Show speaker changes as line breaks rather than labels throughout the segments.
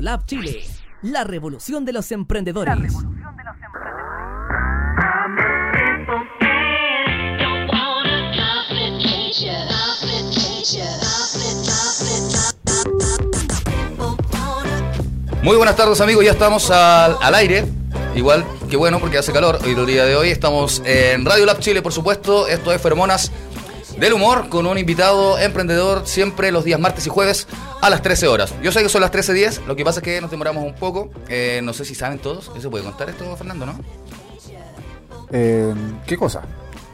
Lab Chile, la revolución de los emprendedores.
Don't wanna complicate ya, complicate ya,
Muy buenas tardes amigos, ya estamos al, al aire. Igual que bueno porque hace calor hoy el día de hoy. Estamos en Radio Lab Chile, por supuesto. Esto es Fermonas del Humor con un invitado emprendedor siempre los días martes y jueves a las 13 horas. Yo sé que son las 13.10, lo que pasa es que nos demoramos un poco. Eh, no sé si saben todos. ¿Eso puede contar esto, Fernando, no?
Eh, ¿Qué cosa?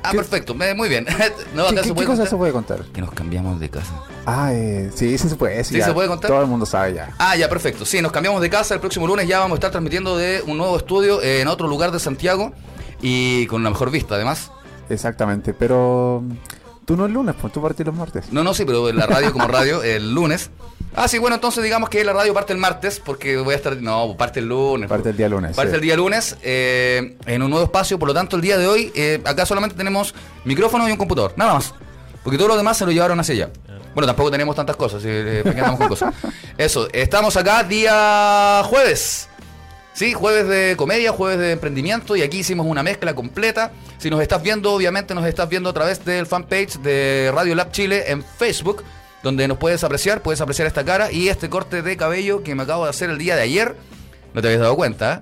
Ah,
¿Qué-
perfecto, me- muy bien. no,
¿Qué,
acá
qué-
se
qué
puede
cosa se
contar.
puede contar?
Que nos cambiamos de casa.
Ah, eh, sí, sí se puede.
¿Sí
ya.
se puede contar?
Todo el mundo sabe ya.
Ah, ya, perfecto. Sí, nos cambiamos de casa. El próximo lunes ya vamos a estar transmitiendo de un nuevo estudio eh, en otro lugar de Santiago y con una mejor vista, además.
Exactamente, pero mm, tú no el lunes, pues tú partís los martes.
No, no, sí, pero la radio como radio el lunes. Ah, sí, bueno, entonces digamos que la radio parte el martes porque voy a estar... No, parte el lunes.
Parte el día lunes.
Parte
sí.
el día lunes eh, en un nuevo espacio. Por lo tanto, el día de hoy eh, acá solamente tenemos micrófono y un computador. Nada más. Porque todo lo demás se lo llevaron hacia allá. Bueno, tampoco tenemos tantas cosas. Eh, ¿para qué andamos con cosas? Eso. Estamos acá día jueves. Sí, jueves de comedia, jueves de emprendimiento y aquí hicimos una mezcla completa. Si nos estás viendo, obviamente nos estás viendo a través del fanpage de Radio Lab Chile en Facebook, donde nos puedes apreciar, puedes apreciar esta cara y este corte de cabello que me acabo de hacer el día de ayer. No te habías dado cuenta, ¿eh?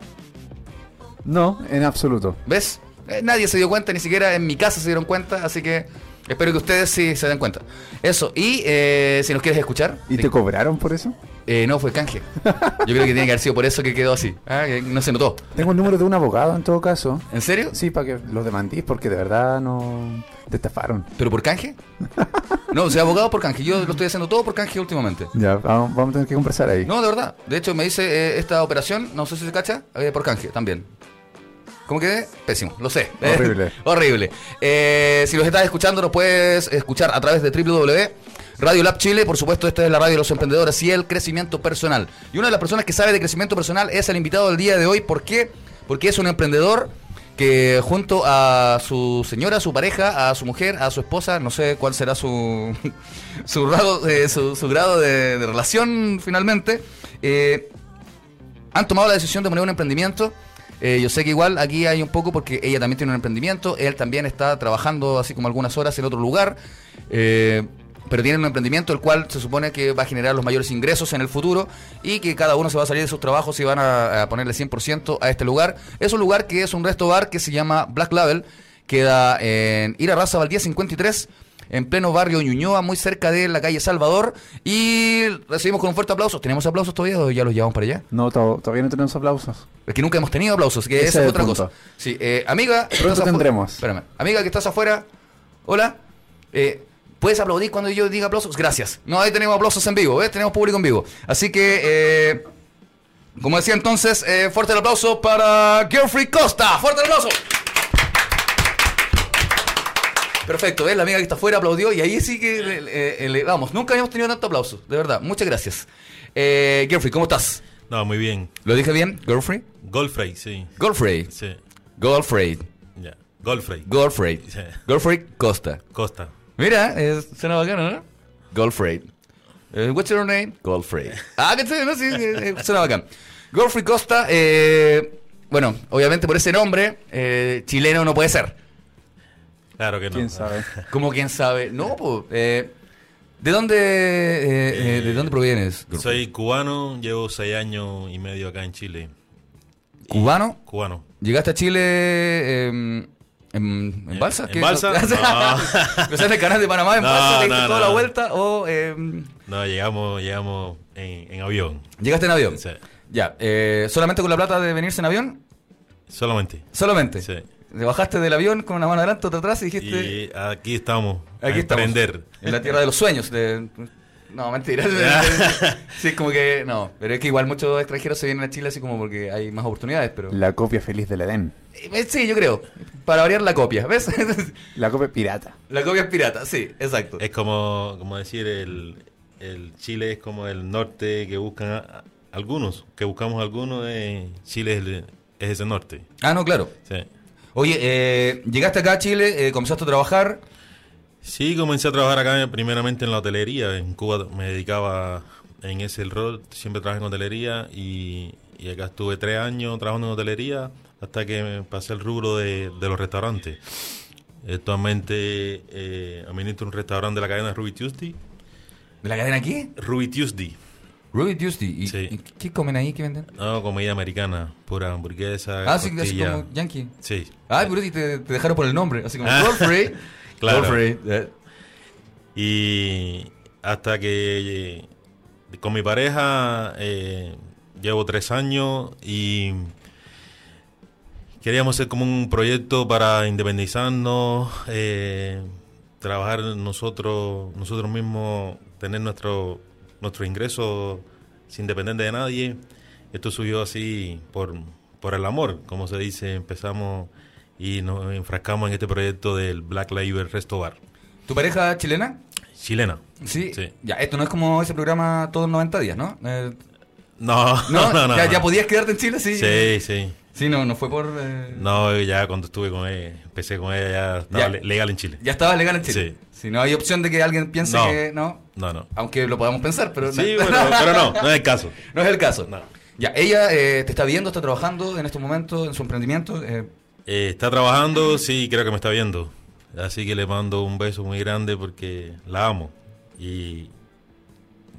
No, en absoluto.
¿Ves? Eh, nadie se dio cuenta, ni siquiera en mi casa se dieron cuenta, así que espero que ustedes sí se den cuenta. Eso, y eh, si nos quieres escuchar...
¿Y te cobraron por eso?
Eh, no, fue canje. Yo creo que tiene que haber sido por eso que quedó así. Ah, que no se notó.
Tengo el número de un abogado en todo caso.
¿En serio?
Sí, para que los demandís, porque de verdad no. Te estafaron.
¿Pero por canje? No, o sea, abogado por canje. Yo lo estoy haciendo todo por canje últimamente.
Ya, vamos, vamos a tener que conversar ahí.
No, de verdad. De hecho, me dice eh, esta operación, no sé si se cacha, eh, por canje también. ¿Cómo quedé? Pésimo, lo sé.
Horrible.
horrible. Eh, si los estás escuchando, nos puedes escuchar a través de www. Radio Lab Chile, por supuesto, esta es la radio de los emprendedores y el crecimiento personal. Y una de las personas que sabe de crecimiento personal es el invitado del día de hoy. ¿Por qué? Porque es un emprendedor que junto a su señora, a su pareja, a su mujer, a su esposa, no sé cuál será su, su, grado, eh, su, su grado de, de relación finalmente, eh, han tomado la decisión de poner un emprendimiento. Eh, yo sé que igual aquí hay un poco porque ella también tiene un emprendimiento, él también está trabajando así como algunas horas en otro lugar, eh, pero tiene un emprendimiento el cual se supone que va a generar los mayores ingresos en el futuro y que cada uno se va a salir de sus trabajos y van a, a ponerle 100% a este lugar. Es un lugar que es un resto bar que se llama Black Label, queda en Ira Raza Valdía 53. En pleno barrio Ñuñoa, muy cerca de la calle Salvador. Y recibimos con un fuerte aplauso. ¿Tenemos aplausos todavía o ya los llevamos para allá?
No, to- todavía no tenemos aplausos.
Es que nunca hemos tenido aplausos, así que
Ese
esa es
es el
otra
punto.
cosa. Sí, eh, amiga. que
Pronto
estás afu-
tendremos.
Espérame. Amiga que estás afuera. Hola. Eh, ¿Puedes aplaudir cuando yo diga aplausos? Gracias. No, ahí tenemos aplausos en vivo, ¿ves? Tenemos público en vivo. Así que, eh, como decía entonces, eh, fuerte el aplauso para Geoffrey Costa. ¡Fuerte el aplauso! Perfecto, ¿ves? La amiga que está afuera aplaudió y ahí sí que eh, eh, le- vamos. Nunca habíamos tenido tanto aplauso, de verdad. Muchas gracias. Eh, Geoffrey, ¿cómo estás?
No, muy bien.
¿Lo dije bien? ¿Geoffrey?
Golfrey, sí.
Geoffrey.
Sí.
Goldfrey.
Ya. Golfrey.
Goldfrey.
Sí.
Goldfrey Costa.
Costa.
Mira, es, suena bacano, ¿no? Goldfrey. Eh, what's your name? Goldfrey. Ah, que sí, no, sí, eh, eh, suena bacán. Goldfrey Costa, eh, bueno, obviamente por ese nombre, eh, chileno no puede ser.
Claro que no.
¿Quién sabe?
Como quien sabe. No, pues. eh, ¿De dónde, eh, eh, ¿de dónde provienes? Goldfrey?
Soy cubano, llevo seis años y medio acá en Chile.
cubano.
Cubano.
¿Llegaste a Chile eh, en, en balsa?
¿En
¿Qué?
balsa? No.
¿Cruzaste el canal de Panamá en
No,
balsa? ¿Le diste
no,
toda
no.
la vuelta? ¿O eh,
No, llegamos, llegamos en, en avión.
llegaste en avión?
Sí.
Ya. eh, ¿Solamente con la plata de venirse en avión?
Solamente.
Solamente.
Sí.
Te bajaste del avión con una mano adelante, otra atrás y dijiste...
Y aquí estamos. a
aquí estamos.
emprender.
En la tierra de los sueños. de- No, mentira. sí, es como que... No, pero es que igual muchos extranjeros se vienen a Chile así como porque hay más oportunidades, pero...
La copia feliz del Edén.
Eh, Sí, yo creo. Para variar la copia, ¿ves?
La copia pirata.
la copia es pirata, sí, exacto.
Es como, como decir, el, el Chile es como el norte que buscan a- a- algunos, que buscamos algunos. eh, Chile es, el- es ese norte.
Ah, no, claro.
Sí.
Oye, eh, llegaste acá a Chile, eh, comenzaste a trabajar.
eh, Sí, comencé a trabajar acá primeramente en la hotelería. En Cuba me dedicaba en ese rol siempre trabajé en hotelería y, y acá estuve tres años trabajando en hotelería hasta que me pasé el rubro de, de los restaurantes. Actualmente eh, administro un restaurante de la cadena Ruby Tuesday.
¿De la cadena aquí?
Ruby Tuesday.
Ruby Tuesday. ¿Y,
Sí.
y qué comen ahí? ¿Qué venden?
No, comida americana, pura hamburguesa.
Ah, sí, así
costilla.
como yankee.
Sí.
Ah, pero sí, te, te dejaron por el nombre, así como
Ah.
Godfrey.
Claro.
Godfrey, eh.
Y hasta que eh, con mi pareja eh, llevo tres años y queríamos hacer como un proyecto para independizarnos, eh, trabajar nosotros, nosotros mismos, tener nuestro, nuestro ingreso sin depender de nadie. Esto subió así por, por el amor, como se dice, empezamos y nos enfrascamos en este proyecto del Black Label Resto Bar.
¿Tu pareja chilena?
Chilena.
Sí.
Sí.
Ya, esto no es como ese programa Todos 90 días, ¿no? Eh,
No,
no,
no, no. no,
ya, ya podías quedarte en Chile, sí.
Sí, sí.
Sí, no, no fue por... eh,
No, ya cuando estuve con ella, empecé con ella, ya estaba
Ya.
le- legal en Chile.
Ya estabas legal en Chile. Si no hay opción de que alguien piense
No.
que no,
No, no.
aunque lo podamos pensar, pero
Sí,
no,
pero, pero no, no es el caso.
no es el caso.
No.
Ya, ella eh, te está viendo, está trabajando en estos momentos en su emprendimiento. eh,
Eh, está trabajando, sí, creo que me está viendo. Así que le mando un beso muy grande porque la amo. Y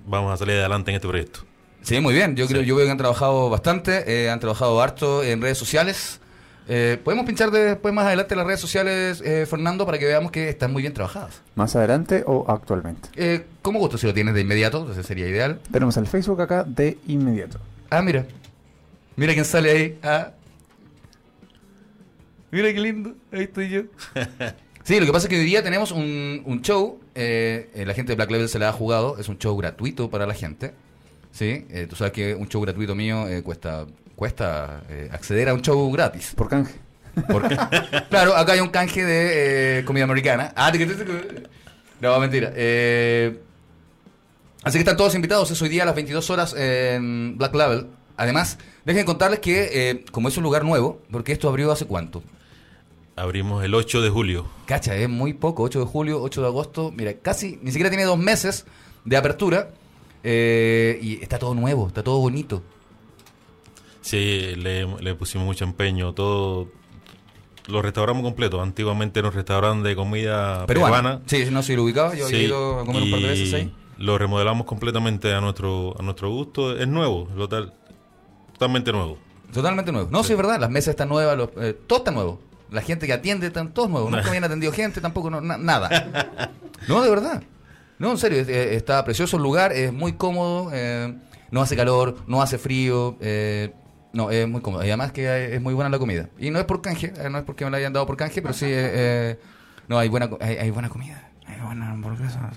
vamos a salir adelante en este proyecto.
Sí, muy bien. Yo creo,
Sí.
yo veo que han trabajado bastante, eh, han trabajado harto en redes sociales. Eh, Podemos pinchar después más adelante las redes sociales, eh, Fernando, para que veamos que están muy bien trabajadas.
¿Más adelante o actualmente?
Eh, ¿Cómo gusto si lo tienes de inmediato? Entonces sería ideal.
Tenemos el Facebook acá de inmediato.
Ah, mira. Mira quién sale ahí. Ah. Mira qué lindo. Ahí estoy yo. Sí, lo que pasa es que hoy día tenemos un, un show. eh, eh, la gente de Black Level se la ha jugado. Es un show gratuito para la gente. Sí, eh, tú sabes que un show gratuito mío eh, cuesta cuesta eh, acceder a un show gratis.
Por canje.
Porque- claro, acá hay un canje de eh, comida americana. Ah, te- te- te- no, mentira. Eh, así que están todos invitados. Es hoy día a las 22 horas en Black Label. Además, dejen contarles que, eh, como es un lugar nuevo, porque esto abrió hace cuánto.
Abrimos el 8 de julio.
Cacha, es muy poco. 8 de julio, 8 de agosto. Mira, casi, ni siquiera tiene dos meses de apertura. eh, y está todo nuevo, está todo bonito.
Sí, le, le pusimos mucho empeño. Todo lo restauramos completo. Antiguamente era un restaurante de comida peruana.
Sí, no soy lo ubicado. Yo he
Sí,
ido a comer un par de
y
veces ahí.
Lo remodelamos completamente a nuestro a nuestro gusto. Es nuevo, total, totalmente nuevo.
Totalmente nuevo. No, sí, es verdad, las mesas están nuevas, los, eh, todo está nuevo. La gente que atiende están todos nuevos. Nunca habían atendido gente, tampoco, no, na- nada. No, de verdad. No, en serio, es- eh, está precioso el lugar, es muy cómodo, eh, no hace calor, no hace frío, eh, no, es muy cómodo. Y además que hay- es muy buena la comida. Y no es por canje, eh, no es porque me la hayan dado por canje, pero sí, eh, eh, no, hay buena, co- hay, hay buena comida, hay buena hamburguesa.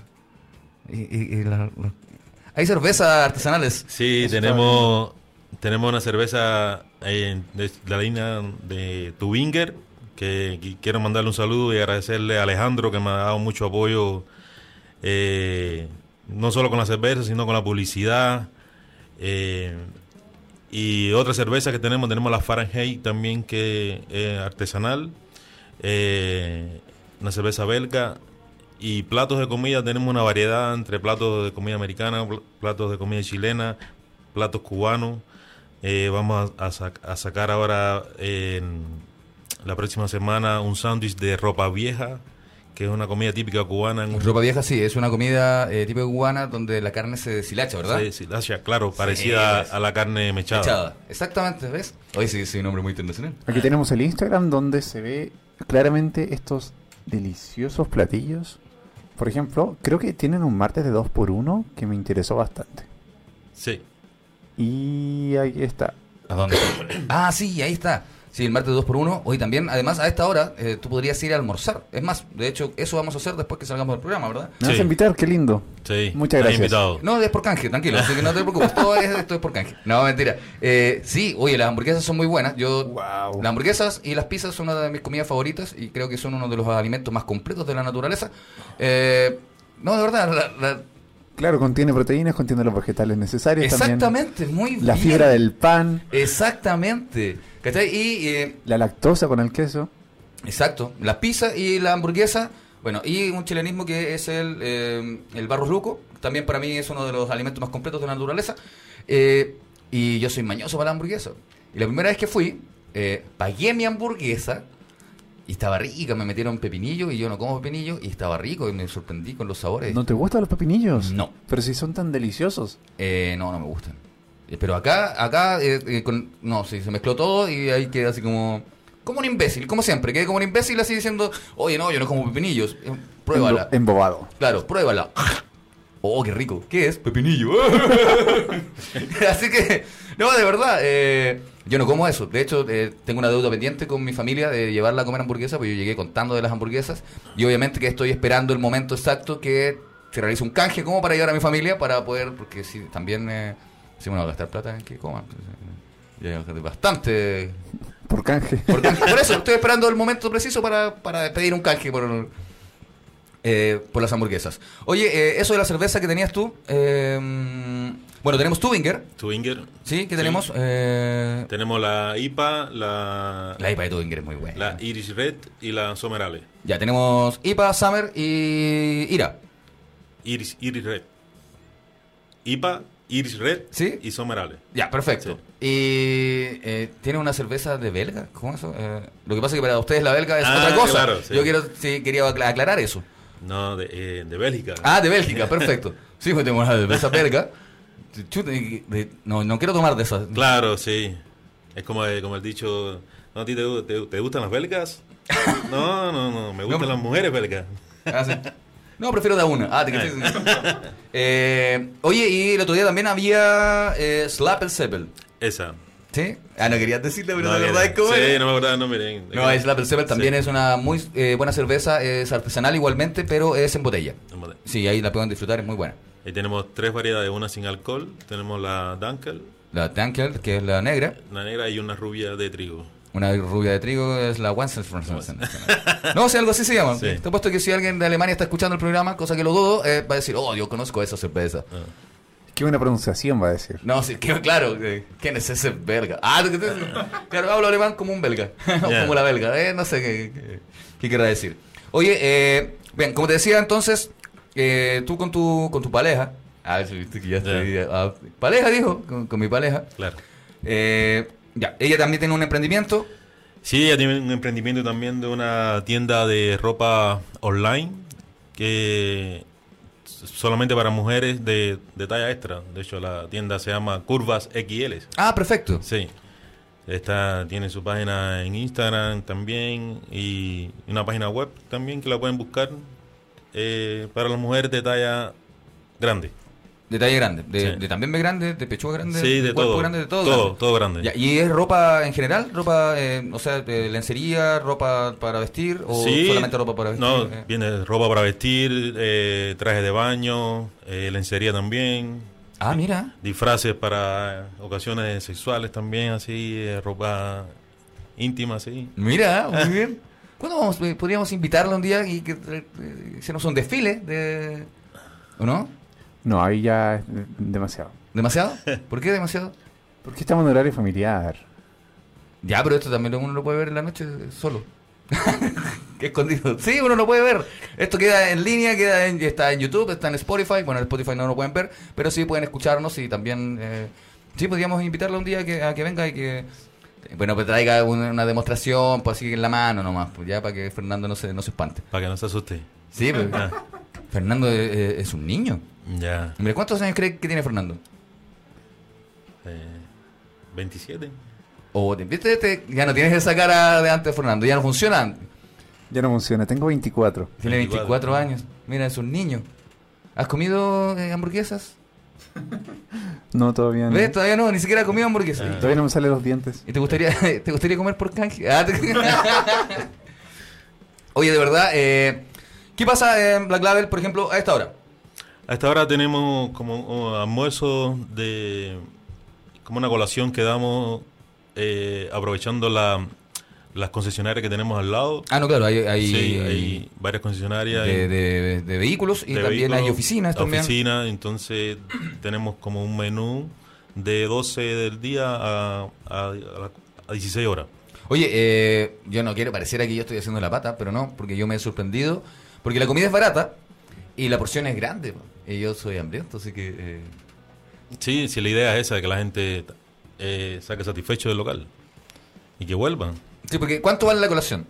Y, y- y la- la- Hay cervezas artesanales.
Sí, tenemos tenemos una cerveza eh, de, de la línea de Tubinger que, qui- quiero mandarle un saludo y agradecerle a Alejandro que me ha dado mucho apoyo eh, no solo con la cerveza sino con la publicidad eh, y otra cerveza que tenemos tenemos la Fahrenheit también que es artesanal eh, una cerveza belga y platos de comida tenemos una variedad entre platos de comida americana, pl- platos de comida chilena, platos cubanos. Eh, vamos a, a sac- a sacar ahora en la próxima semana un sándwich de ropa vieja, que es una comida típica cubana. En un-
Mm. Ropa vieja sí, es una comida eh, tipo cubana donde la carne se deshilacha, ¿verdad?
Sí, sí, Asia, claro, parecida
pues.
a la carne mechada.
Echada. Exactamente, ¿ves? Hoy sí, soy un hombre muy internacional.
Aquí tenemos el Instagram donde se ve claramente estos deliciosos platillos. Por ejemplo, creo que tienen un martes de 2x1 que me interesó bastante.
Sí.
Y ahí está.
¿A dónde? ah, sí, ahí está. Sí, el martes 2x1. Hoy también, además, a esta hora eh, tú podrías ir a almorzar. Es más, de hecho, eso vamos a hacer después que salgamos del programa, ¿verdad?
Me vas
Sí.
a invitar, qué lindo.
Sí,
Muchas
estás
gracias.
invitado.
No, es por canje, tranquilo, así que no te preocupes. Todo es- esto es por canje. No, mentira. Eh, sí, oye, las hamburguesas son muy buenas. Yo,
Wow.
Las hamburguesas y las pizzas son una de mis comidas favoritas y creo que son uno de los alimentos más completos de la naturaleza. Eh, no, de verdad, la- la-
Claro, contiene proteínas, contiene los vegetales necesarios. también.
exactamente, muy
La
bien.
fibra del pan,
Exactamente. ¿Cachai? Y, eh,
la lactosa con el queso.
exacto, la pizza y la hamburguesa. Bueno, y un chilenismo que es el, eh, el barro luco, También para mí es uno de los alimentos más completos de la naturaleza. Eh, y yo soy mañoso para la hamburguesa. Y la primera vez que fui, eh, pagué mi hamburguesa y estaba rica. Me metieron pepinillo y yo no como pepinillo y estaba rico y me sorprendí con los sabores.
¿No te gustan los pepinillos?
No.
Pero si son tan deliciosos.
Eh, no, no me gustan. Eh, Pero acá, acá, eh, eh, con- no, sí, se mezcló todo y ahí quedé así como... Como un imbécil, como siempre. Quedé como un imbécil así diciendo, oye, no, yo no como pepinillos. Eh, Pruébala.
Embo- Embobado.
Claro, pruébala. Oh, qué rico. ¿Qué es? Pepinillo. Así que, no, de verdad, eh, yo no como eso. De hecho, eh, tengo una deuda pendiente con mi familia de llevarla a comer hamburguesa, pues yo llegué contando de las hamburguesas y obviamente que estoy esperando el momento exacto que se realice un canje como para llevar a mi familia para poder, porque si también, eh, si bueno, gastar plata en que coman. Entonces, eh, ya gasté bastante.
Por canje.
Por, canje. Por eso, estoy esperando el momento preciso para, para pedir un canje por, eh, por las hamburguesas. Oye, eh, eso de la cerveza que tenías tú. eh, bueno, tenemos Tubinger,
Twinger.
¿sí? ¿Qué tenemos? Eh,
Tenemos la IPA, la,
la IPA de Tubinger es muy buena.
la Irish Red y la Somerale.
Ya, tenemos IPA, Summer y Ira.
Iris, Iris Red. IPA, Iris Red
¿Sí?
y Somerale.
Ya, perfecto. Y eh, tiene una cerveza de belga, ¿cómo eso? Eh, lo que pasa es que para ustedes la belga es
Ah,
otra cosa.
claro, sí.
Yo quiero, sí, quería acla- aclarar eso.
No, de, eh, de Bélgica.
Ah, de Bélgica, perfecto. Sí, pues tenemos la cerveza belga. Chuta, y- de- no, no quiero tomar de esas.
Claro, sí. Es como, el- como el dicho, ¿no a ti te, gu- te- te gustan las belgas? No, no, no, me gustan
pero-
las mujeres belgas.
Ah, sí. No, prefiero de una. Ah, te quedé- Eh, Oye, y el otro día también había eh, Slap el Seppel.
Esa.
¿Sí? Ah, no querías decirlo, pero
No,
de verdad
que-
es como.
Sí,
era.
no me acordaba, no, miren.
No, es Slap el Seppel también es una muy eh, buena cerveza, es artesanal igualmente, pero es en botella. Sí, ahí la pueden disfrutar, es muy buena.
Ahí tenemos tres variedades, una sin alcohol, tenemos la Dunkel,
La Tanker, que es la negra,
la negra y una rubia de trigo.
una rubia de trigo, es la Wansen No, si algo así se llama.
Sí.
Te apuesto que si alguien de Alemania está escuchando el programa, cosa que lo dudo, eh, va a decir, oh, yo conozco esa cerveza.
Ah.
Qué buena pronunciación va a decir.
No, sí, que- claro, eh, ¿quién es ese belga? Ah, lo que te- claro, hablo alemán como un belga, o
Ya.
como la belga, eh, no sé qué, qué- qué querrá decir. Oye, eh, bien, como te decía entonces, eh, tú con tu, con tu pareja, ah, sí, viste que ya estoy, ah, pareja dijo, con, con mi pareja,
Claro.
eh, ya, ella también tiene un emprendimiento,
Sí, ella tiene un emprendimiento también de una tienda de ropa online que s- solamente para mujeres de, de talla extra. De hecho, la tienda se llama Curvas XL.
ah, perfecto,
Sí. Esta tiene su página en Instagram también y una página web también que la pueden buscar eh, para las mujeres de talla grande.
detalle grande, de,
Sí.
de también de grande, de pechuga grande,
Sí, de
cuerpo
todo.
grande, de todo,
Todo,
grande.
todo grande.
Ya, ¿Y es ropa en general? ¿Ropa, eh, o sea, eh, lencería, ropa para vestir o
Sí,
solamente ropa para vestir?
No,
Eh,
viene ropa para vestir, eh, traje de baño, eh, lencería también,
Ah, mira.
disfraces para ocasiones sexuales también, así, eh, ropa íntima, así.
Mira, muy bien. ¿Cuándo vamos, eh, podríamos invitarla un día y que eh, eh, hiciéramos un desfile de... ¿O no?
No, ahí ya es de- demasiado.
¿Demasiado? ¿Por qué demasiado?
Porque estamos en horario familiar.
Ya, pero esto también uno lo puede ver en la noche solo. Qué escondido. Sí, uno lo puede ver. Esto queda en línea, queda en, está en YouTube, está en Spotify. Bueno, en Spotify no lo pueden ver, pero sí pueden escucharnos y también... eh, sí, podríamos invitarla un día que, a que venga y que... Bueno, pues traiga una, una demostración, pues así en la mano nomás, pues ya para que Fernando no se, no se espante.
Para que no se asuste.
Sí, pero
Ah,
Fernando eh, eh, es un niño.
ya.
Mira, ¿cuántos años cree que tiene Fernando?
eh, 27.
O te- viste, te- ya no tienes esa cara de antes, Fernando, ya no funciona.
Ya no funciona. Tengo 24.
Tiene 24,
24
años. Mira, es un niño. ¿Has comido eh, hamburguesas?
No, todavía no.
¿Ves? Todavía no, ni siquiera ha comido hamburguesas.
Ah.
Todavía no me salen los dientes.
¿Y te gustaría, te gustaría comer por canje? Ah, te- Oye, de verdad, eh, ¿qué pasa en Black Label, por ejemplo, a esta hora?
Hasta ahora tenemos como un almuerzo de. como una colación que damos eh, aprovechando la- las concesionarias que tenemos al lado.
Ah, no, claro, hay, hay,
Sí, hay varias concesionarias.
de, de- de vehículos y
de
también hay
vehículos,
oficinas también.
oficinas, entonces tenemos como un menú de 12 del día a, a- a la- a 16 horas.
Oye, eh, yo no quiero parecer aquí yo estoy haciendo la pata, pero no, porque yo me he sorprendido. Porque la comida es barata Y la porción es grande, po. y yo soy hambriento, así que... eh,
Sí, sí, la idea es esa, que la gente eh, saque satisfecho del local y que vuelvan.
Sí, porque ¿cuánto vale la colación?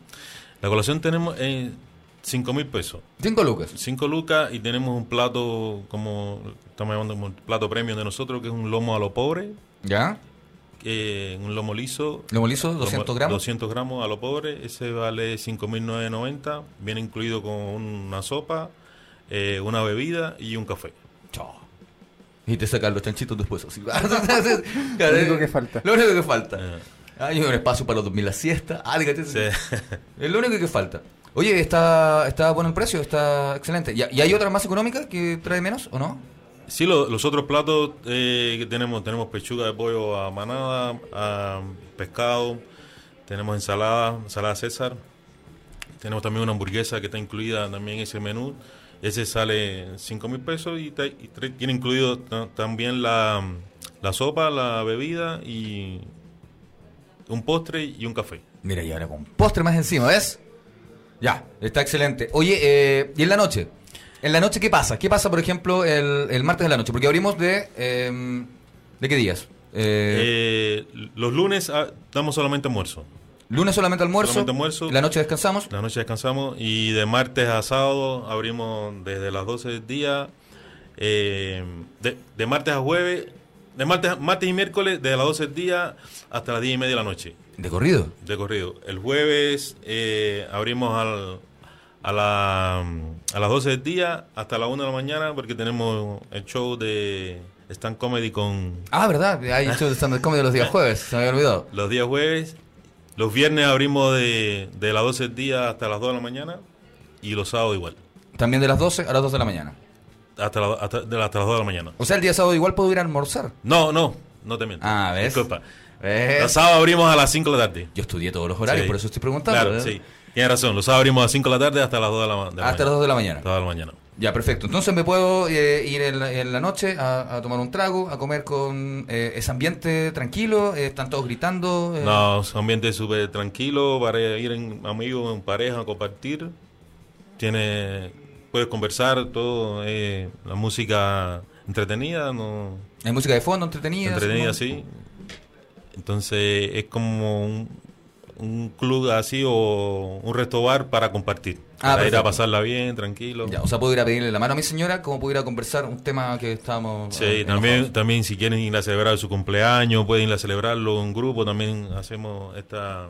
La colación tenemos en 5 mil pesos.
Cinco lucas.
5 lucas y tenemos un plato, como estamos llamando como el plato premium de nosotros, que es un lomo a lo pobre,
¿Ya?
eh, un lomo liso.
¿Lomo liso? 200 gramos.
200 gramos a lo pobre, ese vale 5.990, viene incluido con una sopa, eh, una bebida y un café.
Chao. Y te sacan los chanchitos después. Así.
Lo único que falta.
Lo único que falta. Ah.
Eh.
Hay un espacio para los 2000 la siesta. Ah, dígate,
Sí.
Es lo único que falta. Oye, está, está bueno el precio, está excelente. ¿Y, y hay otra más económica que trae menos o no?
Sí, lo- los otros platos eh, que tenemos, tenemos pechuga de pollo a manada, a pescado, tenemos ensalada, ensalada César, tenemos también una hamburguesa que está incluida también en ese menú, ese sale 5 mil pesos y, ta- y tra- tiene incluido ta- también la, la sopa, la bebida y un postre y un café.
Mira, y ahora con postre más encima, ¿ves? Ya, está excelente. Oye, eh, ¿y en la noche? ¿En la noche qué pasa? ¿Qué pasa, por ejemplo, el, el martes de la noche? Porque abrimos de... eh, ¿De qué días? Eh,
Eh, los lunes ah, damos solamente almuerzo.
lunes solamente almuerzo.
solamente almuerzo.
La noche descansamos.
La noche descansamos y de martes a sábado abrimos desde las 12 del día. eh, de, de martes a jueves, de martes, a- martes y miércoles desde las 12 del día hasta las 10 y media de la noche,
De corrido.
de corrido. El jueves eh, abrimos al- a, la- a las 12 del día hasta la 1 de la mañana porque tenemos el show de Stand Comedy con
Ah, ¿verdad? Hay show de stand-up comedy los días jueves, se me había olvidado.
los días jueves. Los viernes abrimos de, de las 12 del día hasta las 2 de la mañana y los sábados igual.
También de las 12 a las 2 de la mañana.
Hasta, la- hasta- de la- hasta las 2 de la mañana.
O sea, el día sábado igual puedo ir a almorzar.
No, no, no te miento.
Ah, ¿ves?
Disculpa.
¿Ves?
Los sábados abrimos a las 5 de la tarde.
Yo estudié todos los horarios,
Sí.
por eso estoy preguntando.
Claro,
¿eh?
sí. Tienes razón. Los sábados abrimos a las 5 de la tarde hasta las 2 de la, ma- de la
Hasta las
mañana.
2 de la mañana.
Hasta las 2 de la mañana.
Ya, perfecto. Entonces me puedo eh, ir en la, en la noche a, a tomar un trago, a comer con eh, ese ambiente tranquilo, eh, están todos gritando. eh.
No, es un ambiente súper tranquilo para ir en amigos, en pareja, a compartir. Tiene, puedes conversar, todo. eh, la música entretenida, no,
Hay música de fondo, entretenida.
entretenida,
supongo.
sí. Entonces es como un, un club así o un resto bar para compartir.
Ah,
para ir
perfecto.
a pasarla bien, tranquilo.
Ya, o sea, puedo ir a pedirle la mano a mi señora, como puedo ir a conversar un tema que estábamos...
Sí,
eh, enojados.
también, también si quieren ir a celebrar su cumpleaños, pueden ir a celebrarlo en grupo, también hacemos esta,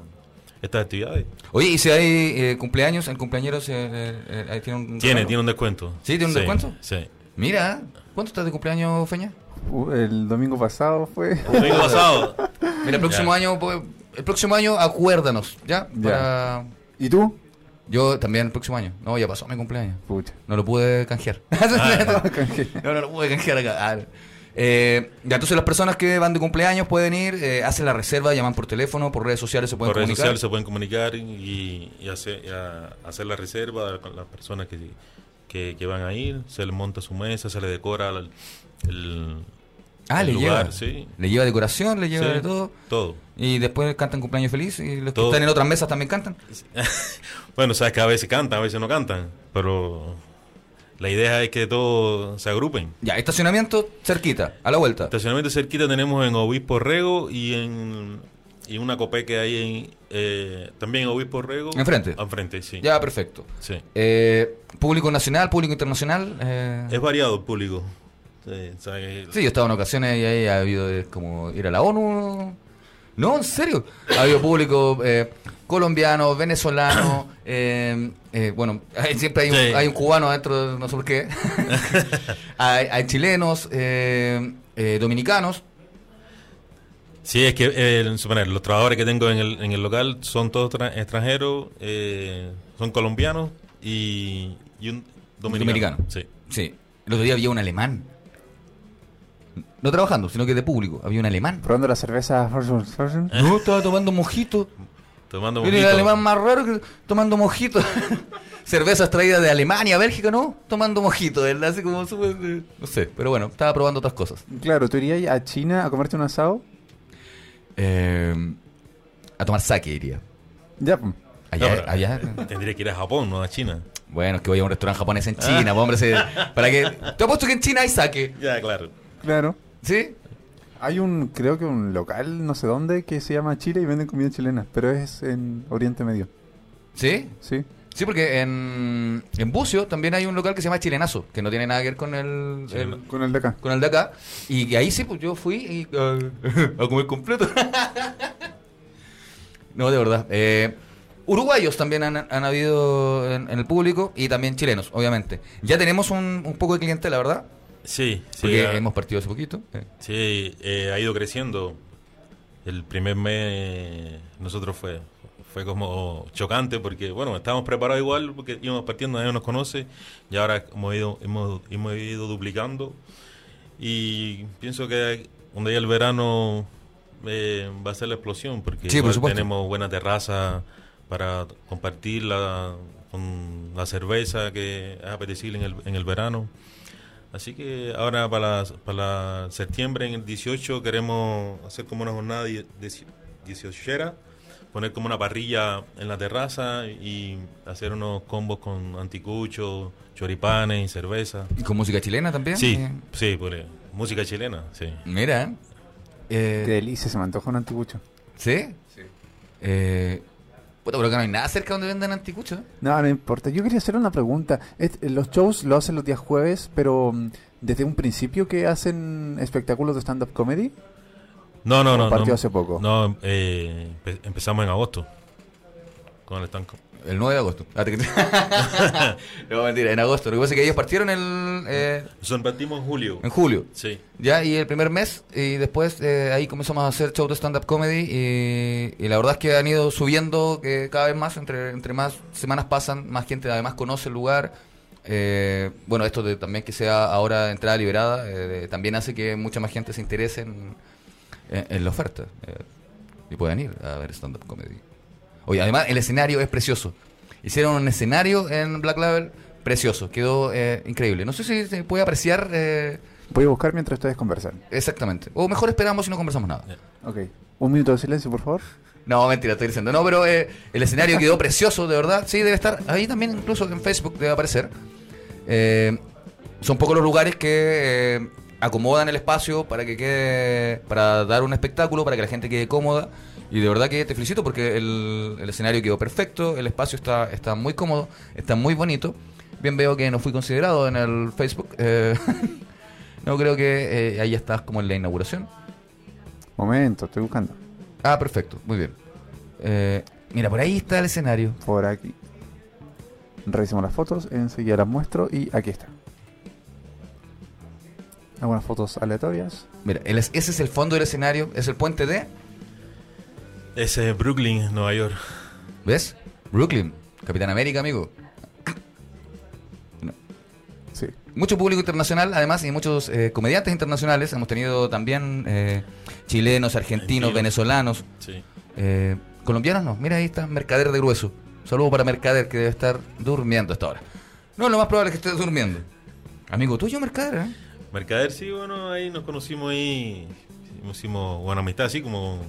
estas actividades.
Oye, ¿y si hay eh, cumpleaños? ¿El cumpleañero se, eh, eh, ahí tiene un...
Tiene,
regalo?
tiene un descuento.
¿Sí, tiene un descuento?
Sí.
Mira, ¿cuánto estás de cumpleaños, Feña?
Uh, el domingo pasado fue.
Domingo pasado.
Mira, el próximo
Ya.
año, pues, el próximo año acuérdanos, ¿ya?
Ya.
Para...
¿Y tú?
Yo también el próximo año. No, ya pasó mi cumpleaños.
Pucha.
No lo pude canjear. Ah, no, no lo pude canjear acá. Ah, eh, ya, entonces las personas que van de cumpleaños pueden ir, eh, hacen la reserva, llaman por teléfono, por redes sociales se pueden
Por redes
comunicar.
sociales se pueden comunicar y, y hacer, y a- hacer la reserva con las personas que, que, que van a ir. Se le monta su mesa, se le decora el, el-
ah,
el
le
lugar,
lleva.
sí.
Le lleva decoración, le lleva
Sí,
de todo.
Todo.
Y después cantan cumpleaños feliz y los que
Todo.
están en otras mesas también cantan.
Bueno, sabes que a veces cantan, a veces no cantan, pero la idea es que todos se agrupen.
Ya, estacionamiento cerquita, a la vuelta.
Estacionamiento cerquita tenemos en Obispo Rego y en y una copé que hay en, eh, también en Obispo Rego.
Enfrente.
Enfrente, sí.
Ya, perfecto.
Sí.
Eh, público nacional, público internacional. eh,
Es variado el público. Sí, o sea que-
Sí, yo he estado en ocasiones y ahí ha habido eh, como ir a la ONU. No, en serio. Ha habido público eh, colombiano, venezolano. eh, eh, bueno, hay- siempre hay un,
Sí.
hay un cubano adentro, no sé por qué. hay, hay chilenos, eh, eh, dominicanos.
Sí, es que eh, en suponer, los trabajadores que tengo en el, en el local son todos tra- extranjeros, eh, son colombianos y, y un dominicano.
Dominicano.
Sí.
Sí. El otro día había un alemán. No trabajando, sino que de público. Había un alemán.
Probando la cerveza.
No, estaba tomando mojito.
Tomando
Mira, el
mojito.
alemán más raro que tomando mojito. Cervezas traídas de Alemania, Bélgica, ¿no? Tomando mojito, ¿verdad? Así como súper, eh, No sé, pero bueno, estaba probando otras cosas.
Claro, ¿tú irías a China a comerte un asado?
Eh, a tomar sake, diría.
Ya. pum.
Allá,
No, pero-
allá.
Tendría que ir a Japón, no a China.
Bueno, es que voy a un restaurante japonés en China, pues, hombre. se- para que, te apuesto que en China hay saque.
Ya, claro.
Claro.
¿Sí?
Hay un, creo que un local, no sé dónde, que se llama Chile y venden comida chilena, pero es en Oriente Medio.
¿Sí?
Sí.
Sí, porque en, en Bucio también hay un local que se llama Chilenazo, que no tiene nada que ver con el, el-
Con el de acá.
con el de acá. Y que ahí sí, pues yo fui y, eh, a comer completo. no, de verdad. Eh, uruguayos también han, han habido en, en el público y también chilenos, obviamente. Ya tenemos un, un poco de clientela, ¿verdad?
Sí, sí.
Porque
ah,
hemos partido hace poquito. Eh.
Sí, eh, ha ido creciendo. El primer mes eh, nosotros fue fue como chocante porque, bueno, estábamos preparados igual porque íbamos partiendo, nadie nos conoce y ahora hemos ido, hemos, hemos ido duplicando y pienso que donde ya el verano eh, va a ser la explosión porque
Sí, por
igual
supuesto.
tenemos buena terraza para compartirla con la cerveza que es apetecible en el, en el verano. Así que ahora para, para septiembre, en el 18, queremos hacer como una jornada die- dieci- dieciochera, poner como una parrilla en la terraza y hacer unos combos con anticuchos, choripanes y cerveza.
¿Y con música chilena también?
Sí,
Eh,
sí, por- música chilena, sí.
Mira. eh.
Qué delicia, se me antoja un anticucho.
¿Sí? Sí. Eh, puta, pero acá no hay nada cerca donde vendan anticuchos. ¿eh?
No, no importa. Yo quería hacer una pregunta. Es- eh, Los shows lo hacen los días jueves, pero mm, desde un principio que hacen espectáculos de stand-up comedy.
No, no, no.
Partió
no,
hace poco.
No, eh, empe- empezamos en agosto con el estanco.
El 9 de agosto. Ah, te- no, mentira, en agosto. Lo que pasa es que ellos partieron el, eh,
Nos partimos en julio.
en julio.
Sí.
Ya, y el primer mes, y después eh, ahí comenzamos a hacer show de stand-up comedy. Y, y la verdad es que han ido subiendo eh, cada vez más. Entre, entre más semanas pasan, más gente además conoce el lugar. Eh, bueno, esto de también que sea ahora entrada liberada eh, también hace que mucha más gente se interese en, en- en la oferta. eh, y puedan ir a ver stand-up comedy. Oye, además el escenario es precioso. Hicieron un escenario en Black Label precioso, quedó eh, increíble. No sé si se puede apreciar. eh,
Voy a buscar mientras ustedes conversan.
Exactamente. O mejor esperamos y no conversamos nada.
Ok. Un minuto de silencio, por favor.
No, mentira, estoy diciendo. No, pero eh, el escenario quedó precioso, de verdad. Sí, debe estar ahí también, incluso en Facebook debe aparecer. Eh, son pocos los lugares que eh, acomodan el espacio para que quede, para dar un espectáculo, para que la gente quede cómoda. Y de verdad que te felicito porque el, el escenario quedó perfecto, el espacio está, está muy cómodo, está muy bonito. Bien veo que no fui considerado en el Facebook. eh, no creo que eh, ahí estás como en la inauguración.
Momento, estoy buscando.
Ah, perfecto, muy bien. Eh, mira, por ahí está el escenario.
Por aquí. Revisemos las fotos, enseguida las muestro y aquí está. Algunas fotos aleatorias.
Mira, el es- ese es el fondo del escenario, es el puente de,
Ese es Brooklyn, Nueva York.
¿ves? Brooklyn, Capitán América, amigo.
Sí.
Mucho público internacional, además, y muchos eh, comediantes internacionales. Hemos tenido también eh, chilenos, argentinos,
Argentinos.
venezolanos,
Sí.
eh, colombianos no. Mira, ahí está Mercader de Grueso. Saludo para Mercader, que debe estar durmiendo hasta ahora. No, lo más probable es que esté durmiendo. Amigo tuyo, Mercader, ¿eh?
Mercader, sí, bueno, ahí nos conocimos ahí. Hicimos buena amistad, así como,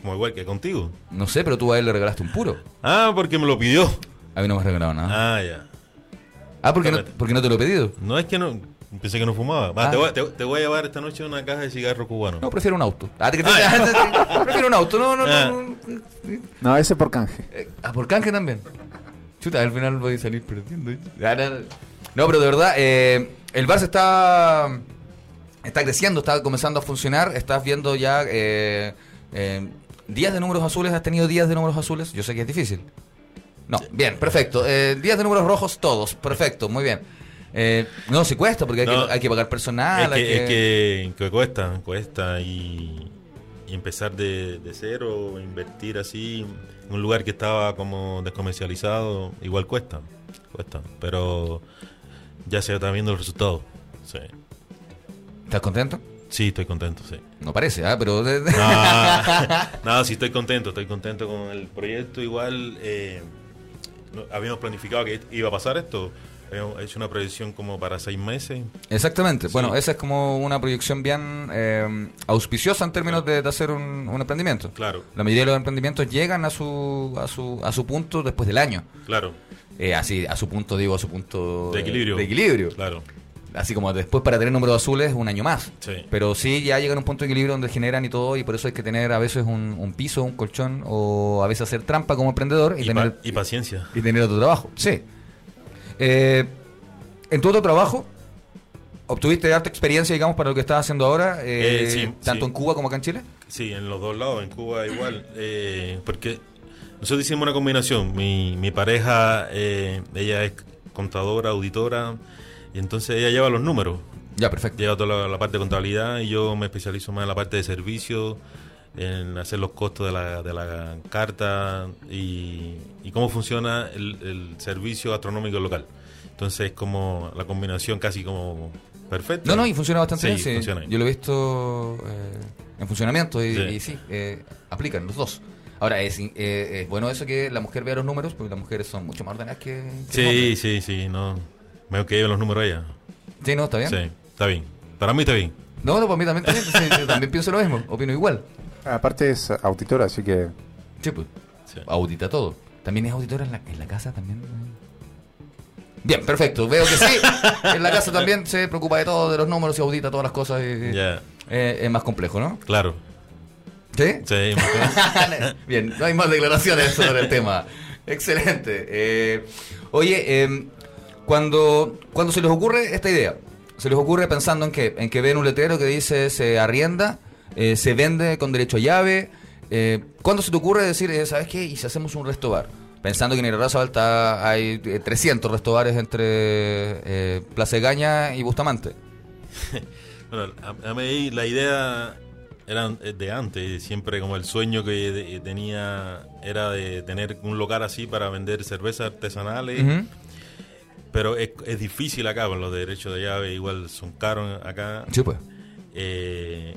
como igual que contigo.
No sé, pero tú a él le regalaste un puro.
Ah, porque me lo pidió.
A mí no me has regalado nada.
Ah, ya.
Ah, porque no,
Correcto.
porque no te lo he pedido.
No es que no. Pensé que no fumaba. Va,
Ah.
te, voy, te- te voy a llevar esta noche una caja de cigarro cubano.
No, prefiero un auto. Ah, te- te- te- te- prefiero un auto. No, no,
Ah.
no. no.
No, ese por canje.
Eh, ah, por canje también. Chuta, al final voy a salir perdiendo. Ah, no, no. No, pero de verdad, eh, el bar se está, está creciendo, está comenzando a funcionar. Estás viendo ya eh, eh, días de números azules. ¿Has tenido días de números azules? Yo sé que es difícil. No, bien, perfecto. Eh, días de números rojos todos. Perfecto, muy bien. Eh, no, si cuesta porque hay,
No.
que, hay que pagar personal.
es, que,
hay
es que- que cuesta, cuesta. Y, y empezar de, de cero, invertir así en un lugar que estaba como descomercializado, igual cuesta. Cuesta. Pero ya se está viendo el resultado. Sí,
¿Estás contento?
sí estoy contento, sí.
No parece, ¿ah? pero de- de-
Ah, no, sí estoy contento, estoy contento con el proyecto. Igual eh, no- habíamos planificado que iba a pasar esto, Hemos hecho una proyección como para seis meses.
Exactamente. Bueno,
Sí.
esa es como una proyección bien eh, auspiciosa en términos de, de hacer un, un emprendimiento.
Claro,
La mayoría de los emprendimientos llegan a su, a su, a su punto después del año.
claro.
Eh, así, a su punto, digo, a su punto
De equilibrio.
de equilibrio.
Claro.
Así como después para tener números azules un año más.
Sí.
Pero sí, ya llegan a un punto de equilibrio donde generan y todo, y por eso hay que tener a veces un, un piso, un colchón, o a veces hacer trampa como emprendedor y,
Y,
tener,
pa- y paciencia.
y tener otro trabajo. Sí. Eh, en tu otro trabajo, obtuviste harta experiencia, digamos, para lo que estás haciendo ahora, eh,
Eh, sí,
tanto
sí.
en Cuba como acá en Chile.
Sí, en los dos lados, en Cuba igual, eh, porque nosotros hicimos una combinación. Mi, mi pareja, eh, ella es contadora, auditora, y entonces ella lleva los números,
Ya, perfecto.
lleva toda la, la parte de contabilidad y yo me especializo más en la parte de servicio, en hacer los costos de la, de la carta y, y cómo funciona el, el servicio gastronómico local. Entonces es como la combinación casi como perfecta.
No, no, y funciona bastante
Sí,
bien. sí.
funciona bien.
Yo lo he visto eh, en funcionamiento y y
Sí.
sí, eh, aplican los dos. Ahora, es, in- eh, es bueno eso que la mujer vea los números, porque las mujeres son mucho más ordenadas que, que los
Sí,
hombres.
sí, sí, no. Mejor que lleven los números ella.
Sí, no, está bien.
Sí, está bien. Para mí está bien.
No, no, para mí también, también, sí, yo también pienso lo mismo, opino igual.
Aparte es auditora, así que
Sí, pues,
Sí.
audita todo. ¿También es auditora en la, en la casa también? Bien, perfecto, veo que sí. En la casa también se preocupa de todo, de los números y audita todas las cosas. y- y-
Ya,
eh, es más complejo, ¿no?
claro.
¿Sí?
Sí, más-
Bien, no hay más declaraciones sobre el tema. Excelente. Eh, oye, eh, cuando, cuando se les ocurre esta idea, se les ocurre pensando en que, en que ven un letrero que dice se arrienda, eh, se vende con derecho a llave. eh, ¿Cuándo se te ocurre decir, eh, ¿sabes qué? ¿Y si hacemos un resto bar? Pensando que en Irarraza Alta hay eh, 300 restobares entre eh, Plaza Gaña y Bustamante.
bueno, a, a mí la idea era eh, de antes, siempre como el sueño que de- tenía era de tener un local así para vender cervezas artesanales,
Ujú.
pero es, es difícil acá, con los derechos de llave igual son caros acá.
Sí, pues.
eh,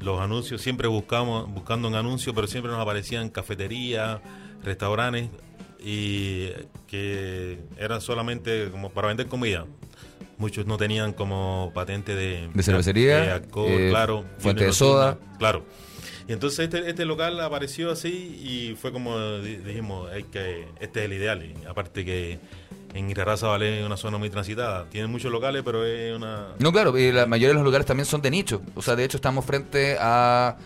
los anuncios, siempre buscamos, buscando un anuncio, pero siempre nos aparecían cafeterías, restaurantes, y que eran solamente como para vender comida. Muchos no tenían como patente de,
De cervecería,
de alcohol,
eh,
claro,
fuente de
tiendas
soda.
nocturnas, Claro. Y entonces este, este local apareció así y fue como di- dijimos, hay que, este es el ideal. Y aparte que en Irarraza Vale es una zona muy transitada. Tiene muchos locales, pero es una...
No, claro, y la mayoría de los lugares también son de nicho. O sea, de hecho estamos frente a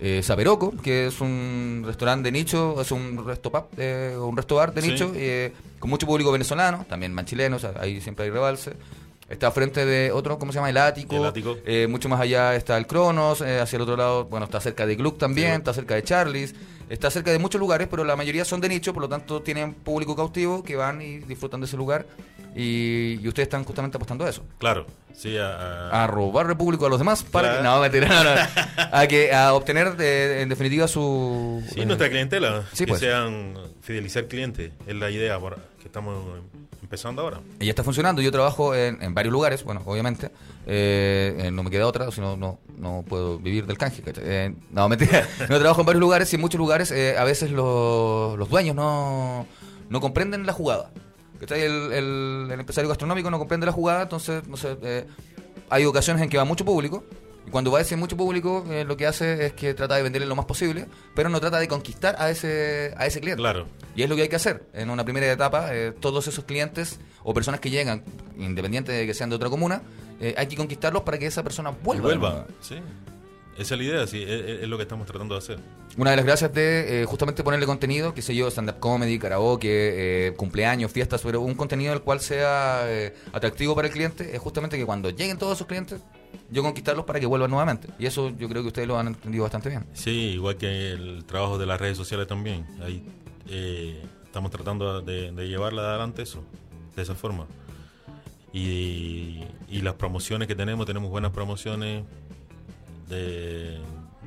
eh, Saperoco, que es un restaurante de nicho, es un resto pub, eh, un resto bar de
Sí.
nicho, eh, con mucho público venezolano, también manchilenos, ahí siempre hay rebalse. Está frente de otro, ¿cómo se llama? El Ático.
El Ático.
Eh, mucho más allá está el Cronos, eh, hacia el otro lado, bueno, está cerca de Gluck también,
Sí.
está cerca de Charlie's, está cerca de muchos lugares, pero la mayoría son de nicho, por lo tanto tienen público cautivo que van y disfrutan de ese lugar. Y, y ustedes están justamente apostando a eso
Claro, sí, a- a-
a robarle público a los demás para que, no,
Claro.
mentira, no, no. a que a obtener de- en definitiva su
Sí,
eh,
nuestra clientela.
sí, pues.
Que sean fidelizar clientes. Es la idea por- que estamos em, empezando ahora.
y ya está funcionando yo trabajo en, en varios lugares bueno obviamente eh, eh, no me queda otra si no no no puedo vivir del canje ¿cachai? Eh, no mentira no trabajo en varios lugares y en muchos lugares eh, a veces los, los dueños no no comprenden la jugada ¿cachai? el, el, el empresario gastronómico no comprende la jugada entonces no sé eh, hay ocasiones en que va mucho público y cuando va ese mucho público eh, lo que hace es que trata de venderle lo más posible pero no trata de conquistar a ese a ese cliente
Claro,
y es lo que hay que hacer. En una primera etapa, eh, todos esos clientes o personas que llegan, independiente de que sean de otra comuna, eh, hay que conquistarlos para que esa persona
que
vuelva.
vuelva. Sí. Esa es la idea, sí. Es, es- es lo que estamos tratando de hacer.
Una de las gracias de eh, justamente ponerle contenido, qué sé yo, stand-up comedy, karaoke, eh, cumpleaños, fiestas, pero un contenido el cual sea eh, atractivo para el cliente, es justamente que cuando lleguen todos esos clientes, yo conquistarlos para que vuelvan nuevamente. Y eso yo creo que ustedes lo han entendido bastante bien.
Sí, igual que el trabajo de las redes sociales también. Ahí eh, estamos tratando de, de llevarla adelante eso, de esa forma. Y, y las promociones que tenemos, tenemos buenas promociones de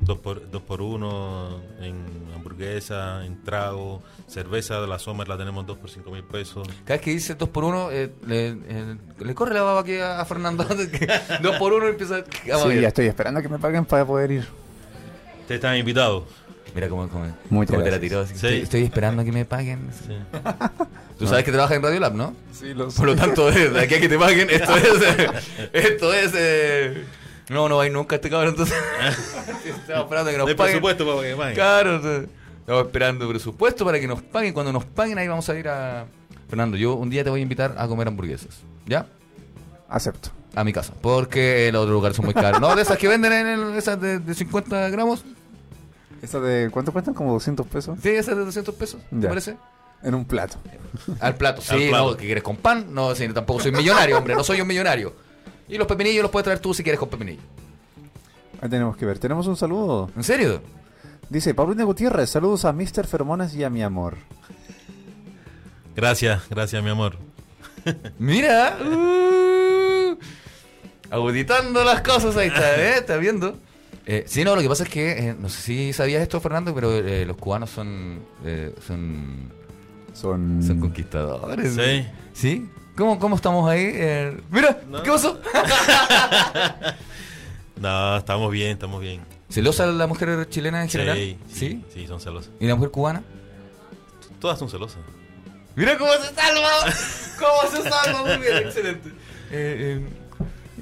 2 por, dos por uno en hamburguesa, en trago, cerveza de la Sommer la tenemos 2 por 5 mil pesos.
Cada vez que dice 2 por 1 le, eh, le corre la baba aquí a, a Fernando. 2 por 1 empieza a... Vamos
sí,
bien.
ya estoy esperando que me paguen para poder ir.
Ustedes están invitados.
Mira cómo, cómo-
Muchas
cómo te la
gracias.
tiró. así.
Sí.
Estoy, estoy esperando a que me paguen.
Sí.
Tú sabes que trabajas en Radiolab, ¿no?
Sí, lo
Por lo tanto, eh, de aquí a que te paguen, esto es. eh, esto es. eh, no, no va a ir nunca este cabrón, entonces. Estaba esperando que
No
nos
hay
paguen.
presupuesto para que paguen.
Claro, entonces, estamos esperando presupuesto para que nos paguen. Cuando nos paguen, ahí vamos a ir a. Fernando, yo un día te voy a invitar a comer hamburguesas. ¿Ya?
Acepto.
A mi casa. Porque los otros lugares son muy caros. No, de esas que venden en el- esas de, de 50 gramos.
¿Esa de cuánto cuestan? ¿Como 200 pesos?
Sí, esas de 200 pesos, ¿te
Ya.
parece?
En un plato.
Al plato. Sí,
Al plato.
no, ¿qué quieres con pan? No, sí, tampoco soy millonario, hombre. No soy un millonario. Y los pepinillos los puedes traer tú si quieres con pepinillos.
Ahí tenemos que ver. Tenemos un saludo.
¿En serio?
Dice Paulina Gutiérrez, saludos a Mr. Fermones y a mi amor.
Gracias, gracias, mi amor.
Mira. uh, auditando las cosas ahí está, ¿eh? ¿Estás viendo? Eh, sí, no, lo que pasa es que, eh, no sé si sabías esto, Fernando, pero eh, los cubanos son, eh, son,
Son...
son conquistadores.
Mm. Sí.
¿Sí? ¿Cómo, cómo estamos ahí? Eh, mira,
No.
¿qué pasó?
No, estamos bien, estamos bien.
¿Celosa la mujer chilena en general?
Sí,
¿Sí?
sí, sí, son celosas.
¿Y la mujer cubana?
Todas son celosas.
Mira cómo se salva, cómo se salva, muy bien, excelente. Eh,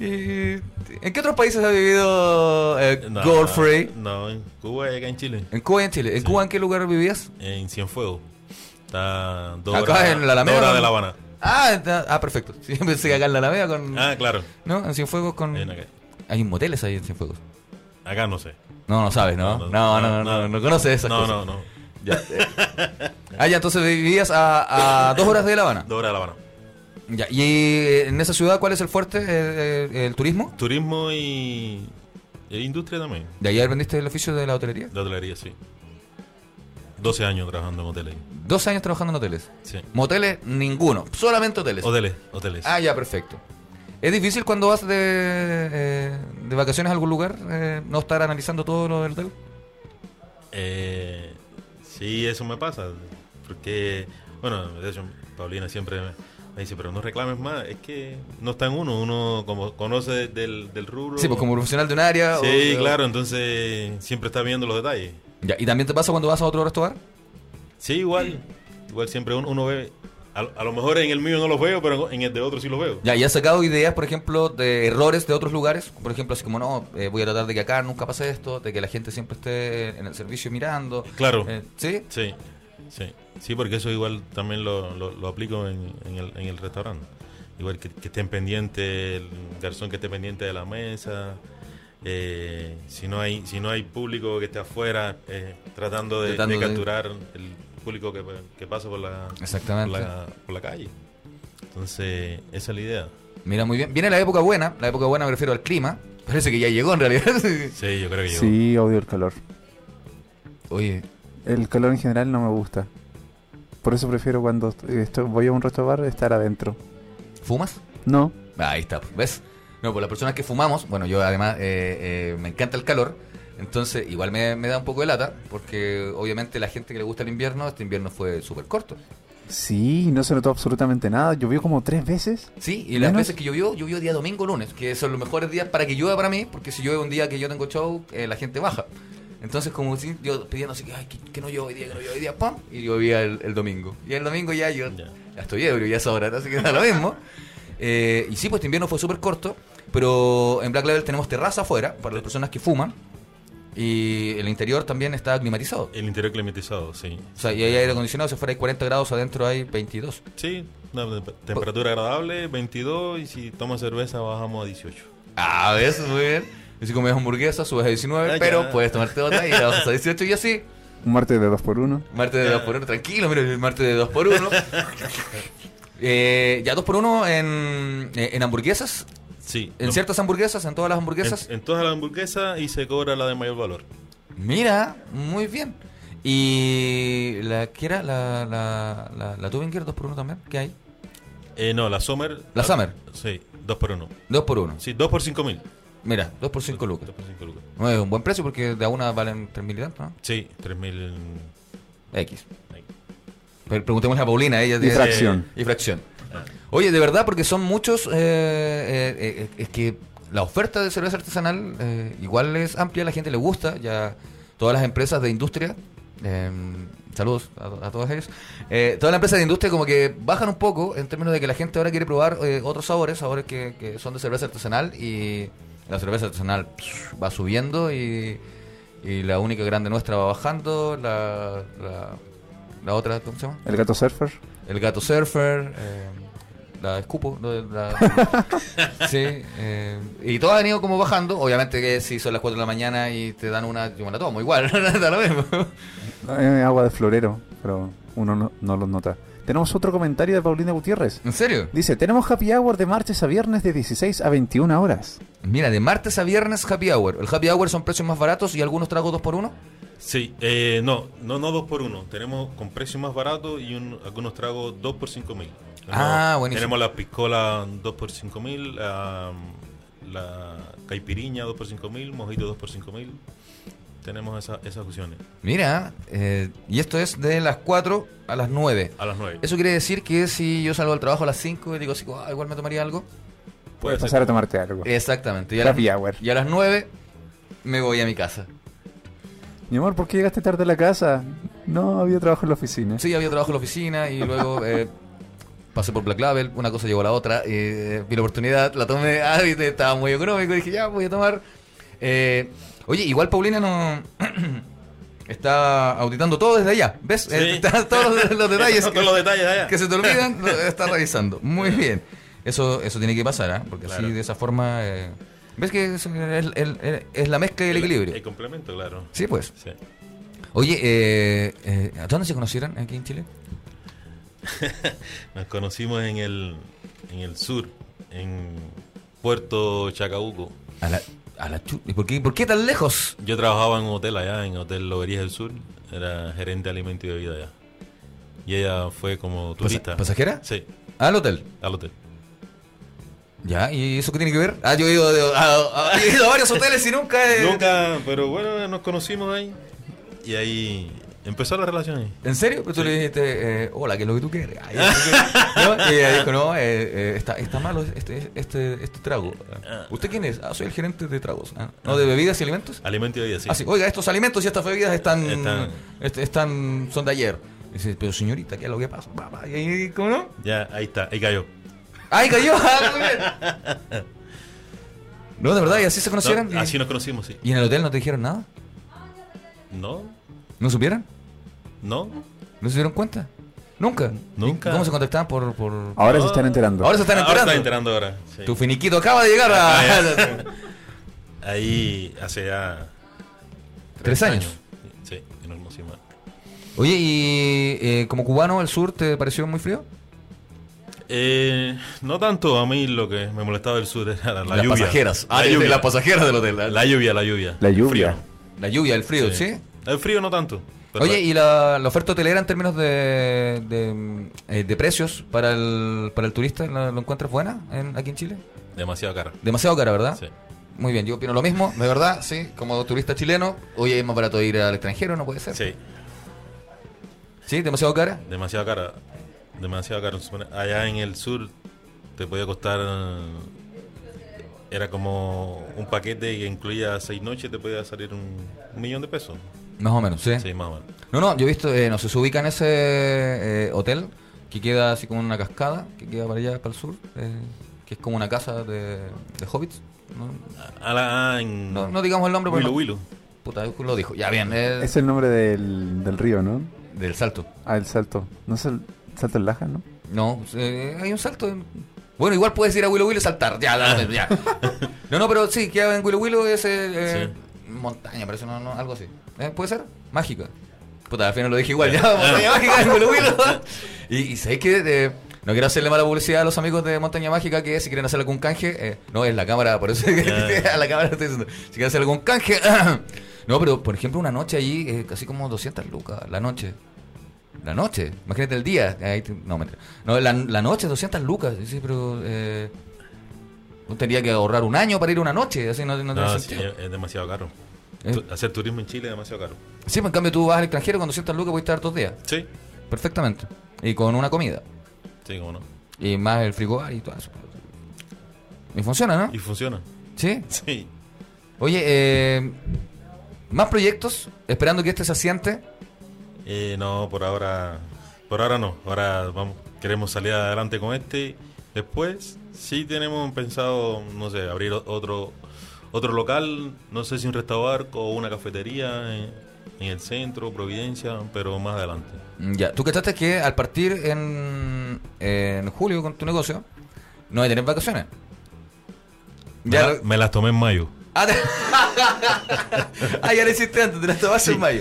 eh, eh, ¿En qué otros países ha vivido eh,
No,
Godfrey?
No, en Cuba y acá en Chile.
En Cuba y en Chile. ¿En
Sí.
Cuba en qué lugar vivías?
En Cienfuegos. Está dos
Acá
horas-
en la Alameda,
dos horas
¿no?
de La Habana.
Ah, está- ah perfecto. Sí, pensé que acá en la Alameda con...
Ah, claro.
¿No? En Cienfuegos con...
En acá.
Hay un moteles ahí en Cienfuegos.
Acá no sé.
No, no sabes, ¿no? No, no, no, no, no, conoces esas
No,
cosas.
no, no.
Ya. ah, ya, entonces vivías a, a dos horas de La Habana.
Dos horas de La Habana.
Ya. ¿Y eh, en esa ciudad cuál es el fuerte? Eh, eh, ¿El, turismo?
Turismo y, y industria también.
¿De ahí aprendiste el oficio de la hotelería?
De hotelería, sí. 12 años trabajando en hoteles.
Dos años trabajando en hoteles.
Sí.
Moteles, ninguno. Solamente hoteles.
Hoteles, hoteles.
Ah, ya, perfecto. ¿Es difícil cuando vas de, eh, de vacaciones a algún lugar eh, no estar analizando todo lo del hotel?
Eh, sí, eso me pasa. Porque, bueno, de hecho, Paulina siempre me, me dice, pero no reclames más. Es que no está en uno. Uno como conoce del, del rubro.
Sí, pues como profesional de un área.
Sí,
o-
claro. Entonces siempre está viendo los detalles.
Ya, ¿Y también te pasa cuando vas a otro restaurante?
Sí, igual. Igual siempre uno, uno ve. A, lo- a lo mejor en el mío no los veo, pero en el de otro sí los veo.
Ya, ¿y has sacado ideas, por ejemplo, de errores de otros lugares? Por ejemplo, así como, no, eh, voy a tratar de que acá nunca pase esto, de que la gente siempre esté en el servicio mirando.
Claro.
Eh, ¿Sí?
Sí, sí. Sí, porque eso igual también lo, lo- lo aplico en, en el, en el restaurante. Igual que, que estén pendientes, el garzón que esté pendiente de la mesa. eh, si no hay si no hay público que esté afuera eh, tratando, de, de
Tratando de-
capturar el público que, que pasa por la,
Exactamente.
por la por la calle entonces esa es la idea
Mira, muy bien. Viene la época buena, la época buena me refiero al clima. Parece que ya llegó en realidad.
sí yo creo que yo
Sí, odio el calor.
Oye,
El calor en general no me gusta. Por eso prefiero cuando est- estoy- voy a un resto bar estar adentro.
¿fumas?
No.
Ahí está, ¿ves? No, pues las personas que fumamos, bueno, yo además eh, eh, me encanta el calor, entonces igual me, me da un poco de lata, porque obviamente la gente que le gusta el invierno, este invierno fue súper corto.
Sí, no se notó absolutamente nada. Llovió como tres veces.
Sí, y las
Menos.
veces que llovió, llovió día domingo, lunes, que son los mejores días para que llueva para mí, porque si llueve un día que yo tengo show, eh, la gente baja. Entonces, como si yo pidiendo así, que, ay, que, que no llueva hoy día, que no llueva hoy día, pam, y llovía el, el domingo. Y el domingo ya yo
Ya.
ya estoy ebrio, ya es hora, así que da lo mismo. Eh, y sí, pues este invierno fue súper corto, pero en Black Level tenemos terraza afuera para las personas que fuman, y el interior también está climatizado.
el interior climatizado sí
O sea, y hay aire acondicionado, si fuera hay 40 grados, adentro hay 22.
sí una temp- temperatura agradable 22 y si tomas cerveza bajamos a 18
Ah, ves, muy bien. Y si comes hamburguesa, subes a 19,
Ah,
pero
ya.
puedes tomarte otra y la bajas a 18 y así.
Un martes de 2x1.
Martes de 2x1, tranquilo, mira, el martes de 2x1. Eh, ya 2x1 en, eh, en hamburguesas,
sí
en
no-
ciertas hamburguesas, en todas las hamburguesas.
En, en todas las hamburguesas y se cobra la de mayor valor.
Mira, muy bien. Y la que era la, la, la, la Tubinger 2x1 también, ¿qué hay?
Eh, no, la Summer.
¿La Summer?
Sí, 2 por 1.
2x1.
Sí, 2 por 5 mil.
Mira, 2 por 5 lucas.
2 por 5 lucas.
No es un buen precio porque de a una valen 3.000 y tanto, ¿no?
Sí, 3 mil.
X. Pero preguntémosle a Paulina, ella
Y
tiene-
fracción.
Y fracción. Oye, de verdad, porque son muchos. eh, eh, eh, es que la oferta de cerveza artesanal eh, igual es amplia, a la gente le gusta. Ya todas las empresas de industria Eh, saludos a, a todos ellos. Eh, toda la empresa de industria como que bajan un poco en términos de que la gente ahora quiere probar eh, otros sabores, sabores que, que son de cerveza artesanal y la cerveza artesanal psh, va subiendo y, y la única grande nuestra va bajando, la, la, la otra, ¿cómo se llama?
El gato surfer.
El gato surfer, eh, la escupo, no, la- sí, eh, y todas han ido como bajando, obviamente que si son las 4 de la mañana y te dan una, yo me la tomo igual, da lo mismo.
Eh, agua de florero, pero uno no, no lo nota. Tenemos otro comentario de Paulina Gutiérrez.
¿En serio?
Dice, tenemos happy hour de martes a viernes de 16 a 21 horas.
Mira, de martes a viernes happy hour. El happy hour son precios más baratos y algunos tragos dos por uno.
Sí, eh, no, no, no dos por uno. Tenemos con precio más barato y un- algunos tragos dos por cinco mil. Tenemos-
Ah, buenísimo.
Tenemos la piscola dos por cinco mil, la, la caipiriña dos por cinco mil, mojito dos por cinco mil. Tenemos esa- esas opciones
Mira, eh, y esto es de las 4 a las 9.
a las nueve.
Eso quiere decir que si yo salgo al trabajo a las 5 y digo, "Sí, ah, igual me tomaría algo.
Puede
Puedes
ser.
pasar a tomarte algo.
Eh, Exactamente. Y a,
Happy
las,
hour.
y a las 9 me voy a mi casa.
Mi amor, ¿por qué llegaste tarde a la casa? No, había trabajo en la oficina.
Sí, había trabajo en la oficina y luego eh, pasé por Black Label, una cosa llegó a la otra, eh, vi la oportunidad, la tomé, ah, viste, estaba muy económico y dije, ya, voy a tomar. Eh, oye, igual Paulina no... Está auditando todo desde allá, ¿ves?
Sí.
Eh, está- todos los, los detalles.
Todos los detalles de allá.
que se te olvidan, lo está revisando. Muy bien. Eso, eso tiene que pasar, ¿ah? Porque
Claro.
así, de esa forma... eh, ¿Ves que es, el- el- el- es la mezcla y el equilibrio?
El complemento, claro.
Sí, pues.
Sí.
Oye, eh, eh, ¿a dónde se conocieron aquí en Chile?
Nos conocimos en el, en el sur, en Puerto Chacabuco.
A la, a la chu- ¿Y por qué, por qué tan lejos?
Yo trabajaba en un hotel allá, en Hotel Loberías del Sur. Era gerente de alimento y bebida allá. Y ella fue como turista.
¿Pasajera? Ah,
Sí,
Al hotel.
al hotel.
Ya, ¿y eso qué tiene que ver? Ah, yo he ido, de- a, a- he ido a varios hoteles y nunca. eh,
Nunca, pero bueno, nos conocimos ahí. Y ahí empezó la relación ahí.
¿En serio? Pero tú le dijiste, eh, hola, ¿qué es lo que tú quieres? Ay, ¿no? Y ella dijo, no, eh, eh, está, está malo este, este, este trago. ¿Usted quién es? Ah, soy el gerente de tragos. Ah, ¿No de bebidas y alimentos?
Alimento y bebida, sí.
Ah, sí. Oiga, estos alimentos y estas bebidas están,
Están-
est- están son de ayer. Dice, pero señorita, ¿qué es lo que pasa? Pa, pa, Y ahí, ¿cómo no?
Ya, ahí está, ahí cayó.
¡Ay, cayó! Ah, muy bien. No, de verdad, y así se
No,
conocieron. y,
así nos conocimos, sí.
¿Y en el hotel no te dijeron nada?
No,
¿No supieron?
no.
¿No se dieron cuenta? Nunca.
Nunca.
¿Y ¿Cómo se contactaban por.? por...
Ahora se están enterando.
Ah, Ahora se están
Ahora
enterando.
está enterando ahora. sí. Ah,
Tu finiquito acaba de llegar a.
Ahí hace ya
Tres años.
Sí, que nos conocimos.
Oye, ¿y eh, como cubano el sur te pareció muy frío?
Eh, no tanto a mí lo que me molestaba del sur era la, la
las
lluvia.
pasajeras. Ah,
La
de- de
lluvia.
las pasajeras del hotel. ¿eh? La,
La lluvia, la lluvia.
La
El
lluvia.
frío.
la lluvia, el frío, ¿sí?
El frío no tanto. pero
Oye,
la-
¿y la, la oferta hotelera en términos de, de, eh, de precios para el, para el turista ¿la- lo encuentras buena en- aquí en Chile?
demasiado cara.
Demasiado cara, ¿verdad?
Sí.
Muy bien, yo opino lo mismo, de verdad, sí, como turista chileno, hoy es más barato ir al extranjero, no puede ser.
Sí,
¿Sí? demasiado cara.
demasiado cara. Demasiado cara. Se supone- Allá en el sur te podía costar. eh, Era como un paquete que incluía seis noches, te podía salir un, un millón de pesos.
Más o menos, sí.
Sí, más o menos.
No, no, yo he visto, eh, no sé, se ubica en ese eh, hotel que queda así como una cascada, que queda para allá, para el sur, eh, que es como una casa de, de hobbits. No,
A la, ah, en
no, no digamos el nombre, porque
Willow
no-
Willow.
Puta, lo dijo. Ya, bien, eh,
Es el nombre del, del río, ¿no?
del salto.
Ah, el salto. No es el salto en Laja, ¿no?
No, eh, hay un salto. en- Bueno, igual puedes ir a Willow Willow y saltar. Ya, dale, ya. No, no, pero sí, queda en Willow Willow es eh, eh, montaña, parece no, no, algo así. Eh, ¿Puede ser? Mágica. Puta, al final lo dije igual, ya, montaña mágica en Willow Willow. Y, y sabéis que no quiero hacerle mala publicidad a los amigos de Montaña Mágica que si quieren hacer algún canje, eh, no es la cámara, por eso que
Ya.
a la cámara estoy diciendo, si quieren hacer algún canje. no, pero por ejemplo, una noche allí, eh, casi como 200 lucas la noche. La noche, imagínate el día. Ahí te- no, mentira. No, la, la noche, 200 lucas. Sí, pero. Eh, uno tendría que ahorrar un año para ir una noche. Así no, no tiene
No, Ah, sí,
sentido.
es, es demasiado caro.
¿Eh?
Tu- Hacer turismo en Chile es demasiado caro.
Sí, pues en cambio tú vas al extranjero con 200 lucas, puedes estar dos días.
Sí,
Perfectamente. Y con una comida.
sí, cómo no.
Y más el frigobar y todo eso. Y funciona, ¿no?
Y funciona.
Sí.
Sí.
Oye, eh, más proyectos. Esperando que este se asiente.
Eh, no, por ahora, por ahora no. Ahora vamos, queremos salir adelante con este. Después sí tenemos pensado, no sé, abrir o- otro otro local, no sé si un restaurante o una cafetería en, en el centro, Providencia, pero más adelante.
Ya, tú cachaste que al partir en, en julio con tu negocio, no hay tener vacaciones.
Me, la- me las tomé en mayo.
Ah, te- ah, ya lo hiciste antes, te las tomaste en
Sí.
mayo.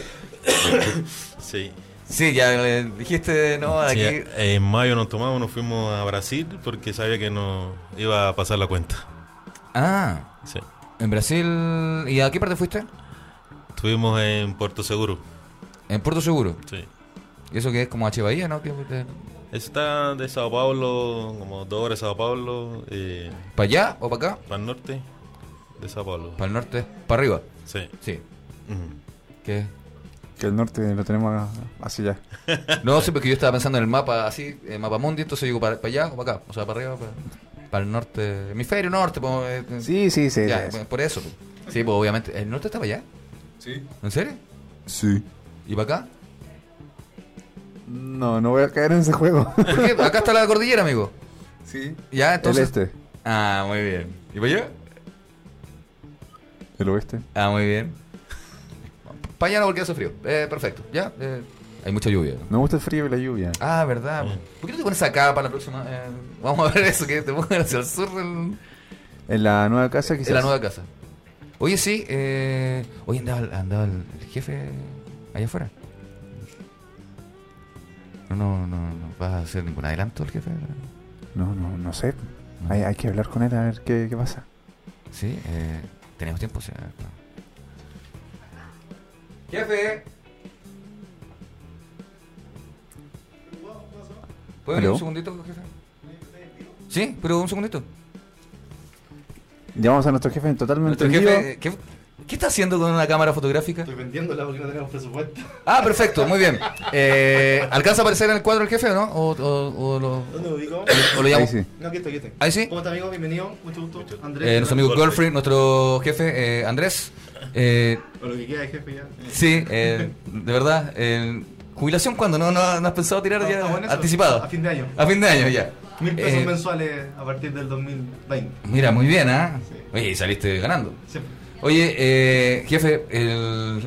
Sí.
Sí, ya le dijiste, no,
Sí,
aquí.
eh, en mayo nos tomamos, nos fuimos a Brasil porque sabía que nos iba a pasar la cuenta.
Ah,
Sí.
en Brasil. ¿Y a qué parte fuiste?
Estuvimos en Puerto Seguro.
En Puerto Seguro.
Sí.
¿Y eso que es como H. Bahía, no? ¿Para
Está de Sao Paulo, como dos horas de Sao Paulo, eh,
allá o para acá?
para el norte de Sao Paulo.
Para el norte, para arriba.
Sí.
Sí.
Ujú.
¿Qué?
Que el norte lo tenemos así ya.
No, sí, porque yo estaba pensando en el mapa así, el mapa mundi, entonces digo para, para allá o para acá, o sea, para arriba, para, para el norte, hemisferio norte, po, eh,
Sí, sí, sí.
ya, pues,
sí.
por eso. po. Sí, pues obviamente, ¿el norte está para allá?
Sí.
¿En serio?
Sí.
¿Y para acá?
No, no voy a caer en ese juego.
¿Por qué? Acá está la cordillera, amigo.
Sí.
Ya,
el
entonces.
este.
Ah, muy bien. ¿Y para allá?
El oeste.
Ah, muy bien. Para allá no porque hace frío. Eh, perfecto, ya. eh, hay mucha lluvia.
Me gusta el frío y la lluvia.
Ah, verdad. ¿Por qué no te pones acá para la próxima? Eh, vamos a ver eso, que te pongan hacia el sur del-
En la nueva casa quizás.
de la nueva casa. Oye, sí. Eh, hoy andaba, el- andaba el, el jefe allá afuera. No, no, no, no. ¿Vas a hacer ningún adelanto el jefe?
No, no, no sé. Hay, hay que hablar con él a ver qué, qué pasa.
Sí, eh, tenemos tiempo. Sí, ah, claro. Jefe. ¿Puedo venir
¿Aló?
un segundito, jefe? Sí, pero un segundito.
Llamamos a nuestro jefe totalmente
Nuestro
en vivo.
jefe, eh, ¿qué, qué está haciendo con una cámara fotográfica?
Estoy vendiéndola porque no tenemos presupuesto.
Ah, perfecto, muy bien. Eh, ¿Alcanza a aparecer en el cuadro el jefe o no? ¿O, o- o lo,
¿Dónde me ubico?
o lo llamo?
Ahí sí.
No, aquí estoy, aquí estoy.
Ahí sí.
¿Cómo está, amigo? Bienvenido. Mucho gusto. Andrés.
Eh, nuestro amigo
Golfrey.
Golfrey, nuestro jefe, eh, Andrés. Eh,
O lo que queda de jefe ya.
sí, eh, de verdad. eh, ¿Jubilación cuándo? ¿No, no, no has pensado tirar ya
Ah, bueno, eso.
anticipado?
A fin de año.
A fin de año ya.
Mil pesos
Eh,
mensuales a partir del 2020.
Mira, muy bien, ¿ah?
Sí.
Oye, y saliste ganando.
Siempre.
Oye, eh, jefe, el, el-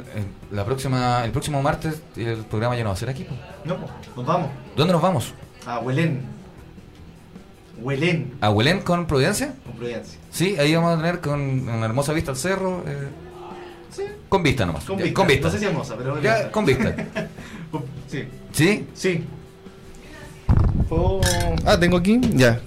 la próxima, el próximo martes el programa ya no va a ser aquí. po.
No, po, nos vamos.
¿Dónde nos vamos?
A Huelén. Huelén.
¿A Huelén con Providencia?
Con Providencia.
Sí, ahí vamos a tener con una hermosa vista al cerro. eh,
Sí.
con vista nomás.
Con
ya,
vista.
Con vista.
No sé si hermosa, pero.
Ya, con vista.
Sí.
¿Sí?
Sí. Ah, tengo aquí. Ya.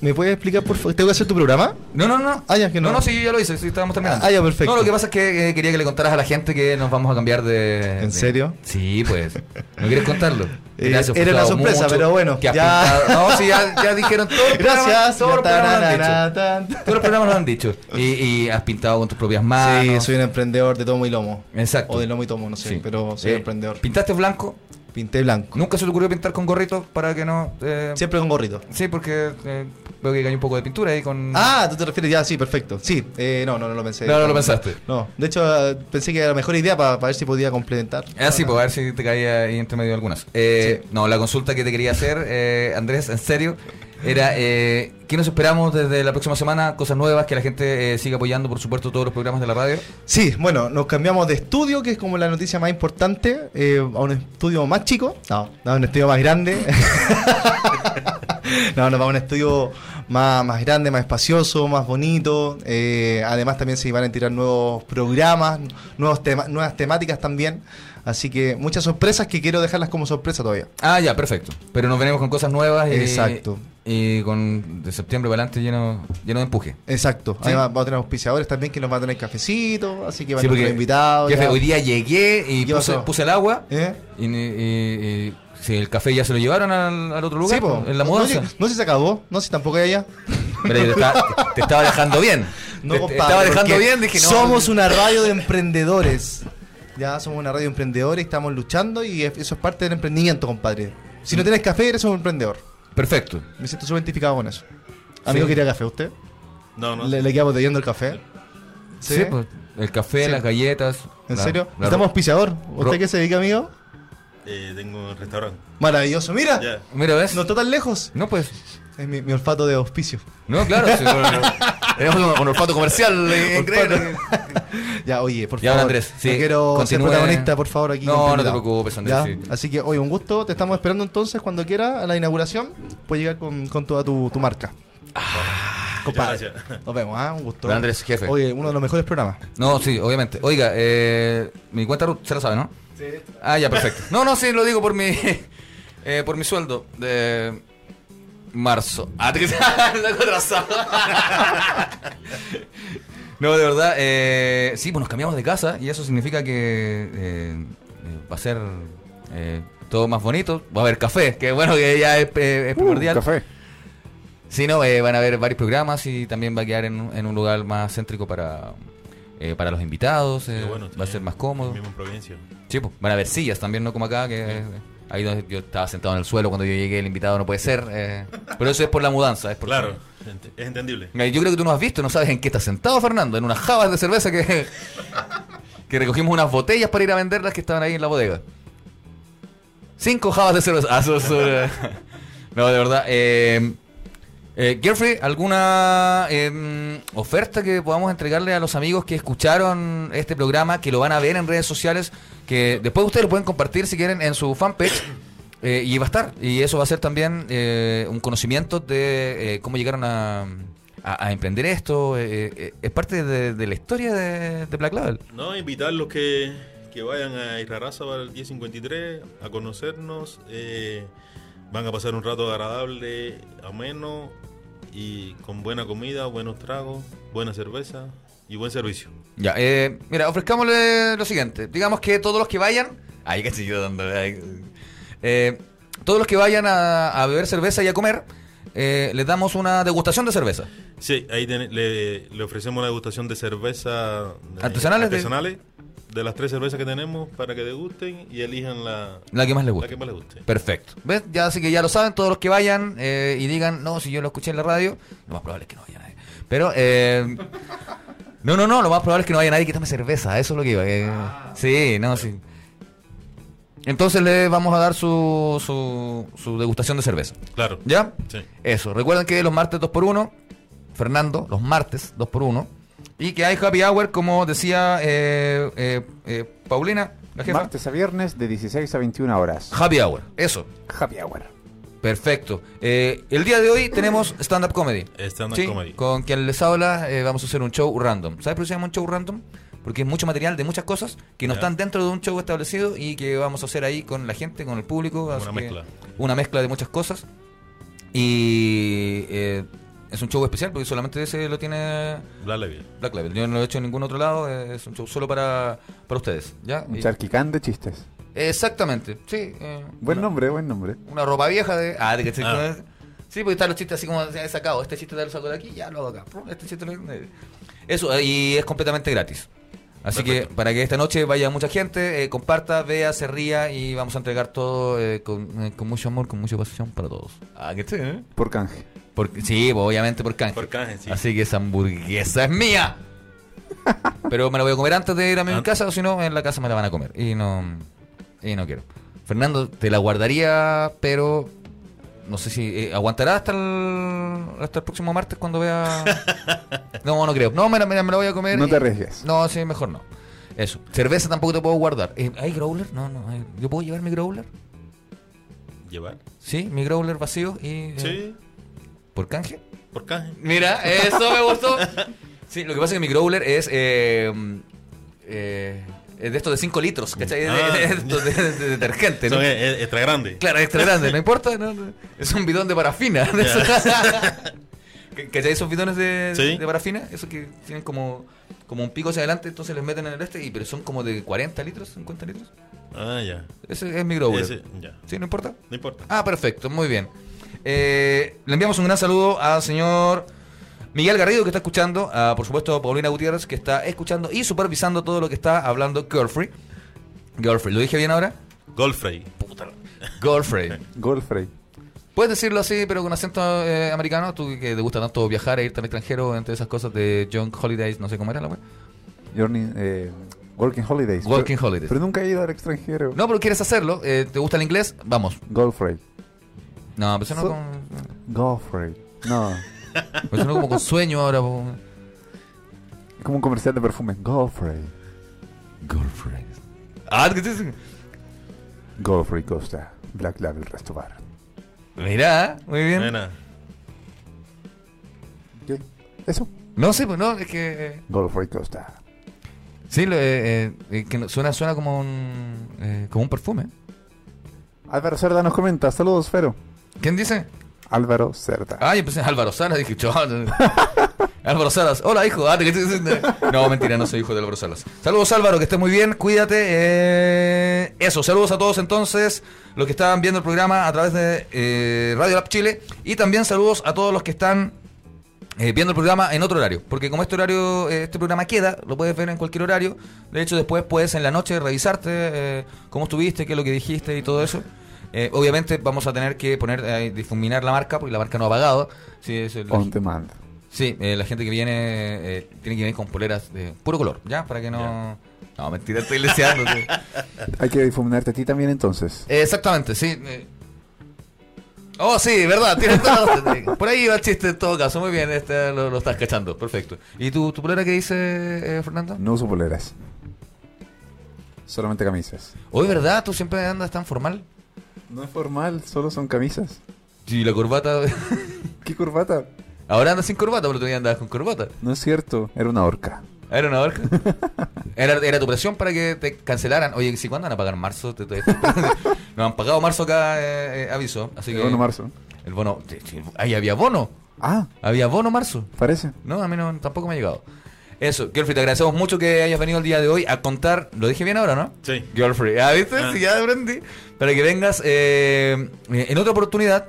¿Me puedes explicar, por favor? ¿Tengo que hacer tu programa?
No, no, no.
Ah, ya, que no.
No, no, sí, yo ya lo hice. Sí, estábamos terminando.
Ah, ya, perfecto.
No, lo que pasa es que eh, quería que le contaras a la gente que nos vamos a cambiar de.
¿En
de-
serio?
Sí, pues. ¿No quieres contarlo?
Eh,
Gracias,
era
Gustavo,
la sorpresa,
mucho,
pero bueno,
que has
ya.
pintado- No, sí, ya, ya dijeron todo. el programa,
Gracias.
Todos los programas lo han dicho.
Tan.
Todos los programas lo han dicho. Y, y has pintado con tus propias manos.
Sí, soy un emprendedor de tomo y lomo.
Ah, Exacto.
O de lomo y tomo, no sé,
Sí.
pero soy
Eh,
emprendedor.
¿Pintaste blanco?
Pinté blanco.
¿Nunca se te ocurrió pintar con gorrito para que no.? eh,
Siempre con gorrito.
Sí, porque eh, veo que hay un poco de pintura ahí con.
Ah, tú te refieres ya, sí, perfecto. Sí, eh, no, no, no lo pensé.
No, no lo pensaste.
No, de hecho eh, pensé que era la mejor idea para ver si podía complementar.
Ah, sí, pues a ver si te caía ahí entre medio de algunas. Eh, No, la consulta que te quería hacer, eh, Andrés, en serio, era eh, ¿qué nos esperamos desde la próxima semana? Cosas nuevas, que la gente eh, siga apoyando, por supuesto, todos los programas de la radio.
Sí, bueno, nos cambiamos de estudio, que es como la noticia más importante, eh, a un estudio más chico. No, no, a un estudio más grande. no, nos va a un estudio más, más grande, más espacioso, más bonito. Eh, además también se van a tirar nuevos programas, nuevos tema- nuevas temáticas también. Así que muchas sorpresas que quiero dejarlas como sorpresa todavía.
Ah, ya, perfecto. Pero nos venimos con cosas nuevas y,
Exacto.
y con de septiembre para adelante lleno, lleno de empuje.
Exacto.
Sí.
Además, vamos a tener auspiciadores también que nos van a tener cafecito, así que van
Sí,
a tener
porque,
invitados.
jefe,
ya.
hoy día llegué y
¿Qué
puse,
pasó?
puse el agua
¿Eh?
y, y- y- si el café ya se lo llevaron al, al otro lugar,
Sí, po.
en la
No,
mudanza.
No, sé- no sé si se acabó, no sé si tampoco hay allá.
Pero te, estaba, te estaba dejando bien.
No,
te, te
compadre,
estaba dejando
porque
bien, dije no.
Somos una radio de emprendedores. Ya somos una radio de emprendedores, estamos luchando y es- eso es parte del emprendimiento, compadre. Si no tienes café, eres un emprendedor.
Perfecto.
Me siento súper identificado con eso. Amigo,
Sí.
¿quería café usted?
No, no.
¿Le, le quedamos debiendo el café?
Sí, pues, el café,
Sí.
las galletas.
¿En
la-
serio?
la-
Estamos auspiciador.
Ro-
¿Usted qué se dedica, amigo?
eh, tengo un restaurante.
Maravilloso, mira.
Ya.
Mira, ¿ves?
No está tan lejos.
No, pues.
Es mi, mi olfato de auspicio.
No, claro. sí, no, no, no. Tenemos un, un olfato comercial. eh, increíble.
ya, oye, por
Ya,
favor.
Andrés, sí,
no quiero
continúe.
ser protagonista, por favor, aquí.
No,
con
no te
Trinidad.
preocupes, Andrés,
Ya,
sí.
Así que, oye, un gusto. Te estamos esperando entonces cuando quiera a la inauguración. Puedes llegar con, con toda tu, tu marca. Compadre.
gracias.
Nos vemos, ¿ah? Un gusto.
Pero Ah, Andrés, jefe.
Oye, uno de los mejores programas.
No, sí, obviamente. Oiga, eh, mi cuenta Ruth se la sabe, ¿no? Sí. Ah, ya, perfecto. No, no, sí, lo digo por mi, eh, por mi sueldo de marzo. Ah, te lo he atrasado. No, de verdad, eh, sí, pues nos cambiamos de casa y eso significa que eh, eh, va a ser eh, todo más bonito. Va a haber café, que bueno, que ya es, eh, es
Uh,
primordial.
café.
Sí, no, eh, van a haber varios programas y también va a quedar en, en un lugar más céntrico para, eh, para los invitados. eh,
Qué bueno,
va a
también,
ser más cómodo.
Mismo en Provincia.
Sí, pues, van a haber sillas también, no como acá, que eh, ahí donde yo estaba sentado en el suelo cuando yo llegué, el invitado no puede ser. eh, pero eso es por la mudanza, es por
Claro, ent- es entendible.
Mira, Yo creo que tú no has visto, no sabes en qué estás sentado, Fernando, en unas jabas de cerveza que, que recogimos unas botellas para ir a venderlas que estaban ahí en la bodega. Cinco jabas de cerveza. Ah, eso- eso- no, de verdad. Eh, eh, Jeffrey, ¿alguna eh, oferta que podamos entregarle a los amigos que escucharon este programa, que lo van a ver en redes sociales, que después ustedes lo pueden compartir si quieren en su fanpage? eh, y va a estar, y eso va a ser también eh, un conocimiento de eh, cómo llegaron a, a- a emprender esto. eh, eh, es parte de, de la historia de, de Black Label.
No, invitar los que, que vayan a Irraraza para el 1053 a conocernos. eh, van a pasar un rato agradable, ameno y con buena comida, buenos tragos, buena cerveza y buen servicio.
Ya, eh, mira, ofrezcámosle lo siguiente. Digamos que todos los que vayan. Ay, que estoy yo dando. ay. Eh, todos los que vayan a, a beber cerveza y a comer, eh, les damos una degustación de cerveza.
Sí, ahí ten- le, le ofrecemos una degustación de cerveza de-
Artesanales de-
artesanales de... las tres cervezas que tenemos para que degusten y elijan la,
La que más les
la
guste.
que más les guste.
Perfecto. ¿Ves? Ya, así que ya lo saben, todos los que vayan eh, y digan, no, si yo lo escuché en la radio, lo más probable es que no vaya nadie. Pero, eh, no, no, no, lo más probable es que no vaya nadie que tome cerveza, eso es lo que iba. que- sí, no, sí. Entonces le vamos a dar su, su, su degustación de cerveza.
Claro.
¿Ya?
Sí.
Eso. Recuerden que los martes 2x1, Fernando, los martes 2x1. Y que hay happy hour, como decía eh, eh, eh, Paulina, la jefa.
Martes a viernes de 16 a 21 horas.
Happy hour. Eso.
Happy hour.
Perfecto. Eh, el día de hoy tenemos stand-up comedy.
Stand-up
Sí,
comedy.
Con quien les habla eh, vamos a hacer un show random. ¿Sabes por qué se llama un show random? Porque es mucho material de muchas cosas que no
Ya.
están dentro de un show establecido y que vamos a hacer ahí con la gente, con el público. así que
mezcla.
Una mezcla de muchas cosas. Y eh, es un show especial porque solamente ese lo tiene
Dale bien.
Black Label. Yo no lo he hecho en ningún otro lado. eh, Es un show solo para, para ustedes. ¿ya?
Un
Y-
charquicán de chistes.
exactamente. Sí. eh,
Buen
una-
nombre, buen nombre.
una ropa vieja de. Ah, de que se-
Ah.
Sí, porque están los chistes así como se han sacado. Este chiste te lo saco de aquí, ya lo hago acá. Pum, Este chiste lo... Eso, eh, y es completamente gratis. Así que para que esta noche vaya mucha gente, eh, comparta, vea, se ría y vamos a entregar todo eh, con, eh, con mucho amor, con mucha pasión para todos. Ah, que sí, ¿eh?
Por canje.
Porque, sí, pues, obviamente por canje.
Por canje, sí.
Así que esa hamburguesa es mía. Pero me la voy a comer antes de ir a mi
Ah.
casa, o si no, en la casa me la van a comer. Y no, y no quiero. Fernando, te la guardaría, pero no sé si eh, aguantará hasta el, hasta el próximo martes cuando vea. No, no creo. No, me la, me la- me la voy a comer.
No te
y-
arriesgues.
No, sí, mejor no. Eso. Cerveza tampoco te puedo guardar. Eh, ¿Hay growler? No, no. hay- ¿Yo puedo llevar mi growler?
Llevar.
Sí, mi growler vacío y. eh,
Sí,
¿Por canje?
por canje.
Mira, eso me gustó. Sí, lo que pasa es que mi growler es. eh, eh, es de estos de 5 litros, ¿cachai? Es de-
Ah.
es de, estos de- de- de detergente, ¿no?
Son e- e- extra grande.
Claro, extra grande, no importa. no, no. Es un bidón de parafina. de
Ya.
esos. ¿Ca- ¿Cachai? Esos bidones de,
Sí.
de parafina, esos que tienen como, como un pico hacia adelante, entonces les meten en el este, y, pero son como de 40 litros, 50 litros.
Ah, ya.
Ese es mi growler.
Ese- ya.
¿Sí? ¿No importa?
No importa.
Ah, perfecto, muy bien. Eh, le enviamos un gran saludo al señor Miguel Garrido que está escuchando, a, por supuesto a Paulina Gutiérrez que está escuchando y supervisando todo lo que está hablando Girlfrey. Girlfrey, ¿lo dije bien ahora?
Golfrey.
Girlfrey.
Golfrey.
Puedes decirlo así, pero con acento eh, americano, tú que te gusta tanto viajar e irte al extranjero, entre esas cosas de John Holidays, no sé cómo era la web.
Journey, eh, Working Holidays.
Working
pero,
Holidays.
Pero nunca he ido al extranjero.
No, pero quieres hacerlo. eh, ¿Te gusta el inglés? Vamos.
Golfrey.
No, pero eso no,
So-
con,
Golfrey. No.
pero eso no como con sueño ahora. po.
Es como un comercial de perfume. Golfrey.
Girlfriend. Ah, ¿qué te dicen?
Golfrey Costa. Black Label Restobar.
Mirá, muy bien.
Nena,
¿Qué? Eso.
No sé, pues no, es que. eh,
Golfrey Costa.
Sí, lo- eh, eh, eh, que no- suena, suena como un, eh, como un perfume.
Álvaro Cerda nos comenta. Saludos, Fero.
¿Quién dice?
Álvaro Cerda.
Ah, yo pensé en Álvaro Salas, dije, chaval. Álvaro Salas, hola hijo. Ah, ¿qué te dicen? No, mentira, no soy hijo de Álvaro Salas. Saludos Álvaro, que estés muy bien, cuídate. eh, eso, saludos a todos entonces, los que estaban viendo el programa a través de eh, Radio Lab Chile y también saludos a todos los que están eh, viendo el programa en otro horario. Porque como este horario, eh, este programa queda, lo puedes ver en cualquier horario. De hecho, después puedes en la noche revisarte eh, cómo estuviste, qué es lo que dijiste y todo eso. Eh, obviamente vamos a tener que poner eh, difuminar la marca porque la marca no ha pagado. Sí, es el-
On demand.
sí, eh, la gente que viene eh, tiene que venir con poleras de puro color, ¿ya? Para que no... No, mentira, estoy leseando. sí.
Hay que difuminarte a ti también entonces.
Eh, exactamente, sí. eh. Oh, sí, verdad, tienes todo. Eh, Por ahí va el chiste en todo caso. Muy bien, este lo, lo estás cachando, perfecto. ¿Y tu, tu polera qué dice, eh, Fernando?
No uso poleras. Solamente camisas.
Hoy, ¿verdad? Tú siempre andas tan formal.
No es formal, solo son camisas.
Sí, la corbata.
¿Qué corbata?
Ahora andas sin corbata, pero todavía andabas con corbata.
No es cierto, era una horca.
Era una horca. Era, era tu presión para que te cancelaran. Oye, ¿sí cuándo van a pagar marzo? Te- te- Nos han pagado marzo acá, eh, eh, aviso. Así
El
que.
1 de marzo.
El bono. Ahí había bono.
Ah,
Había bono marzo.
parece.
No, a mí no, tampoco me ha llegado. Eso, Girlfrey, te agradecemos mucho que hayas venido el día de hoy a contar. Lo dije bien ahora, ¿no?
Sí.
Girlfrey, ah, ¿viste?
Ah.
Sí, ya aprendí. Para que vengas eh, en otra oportunidad.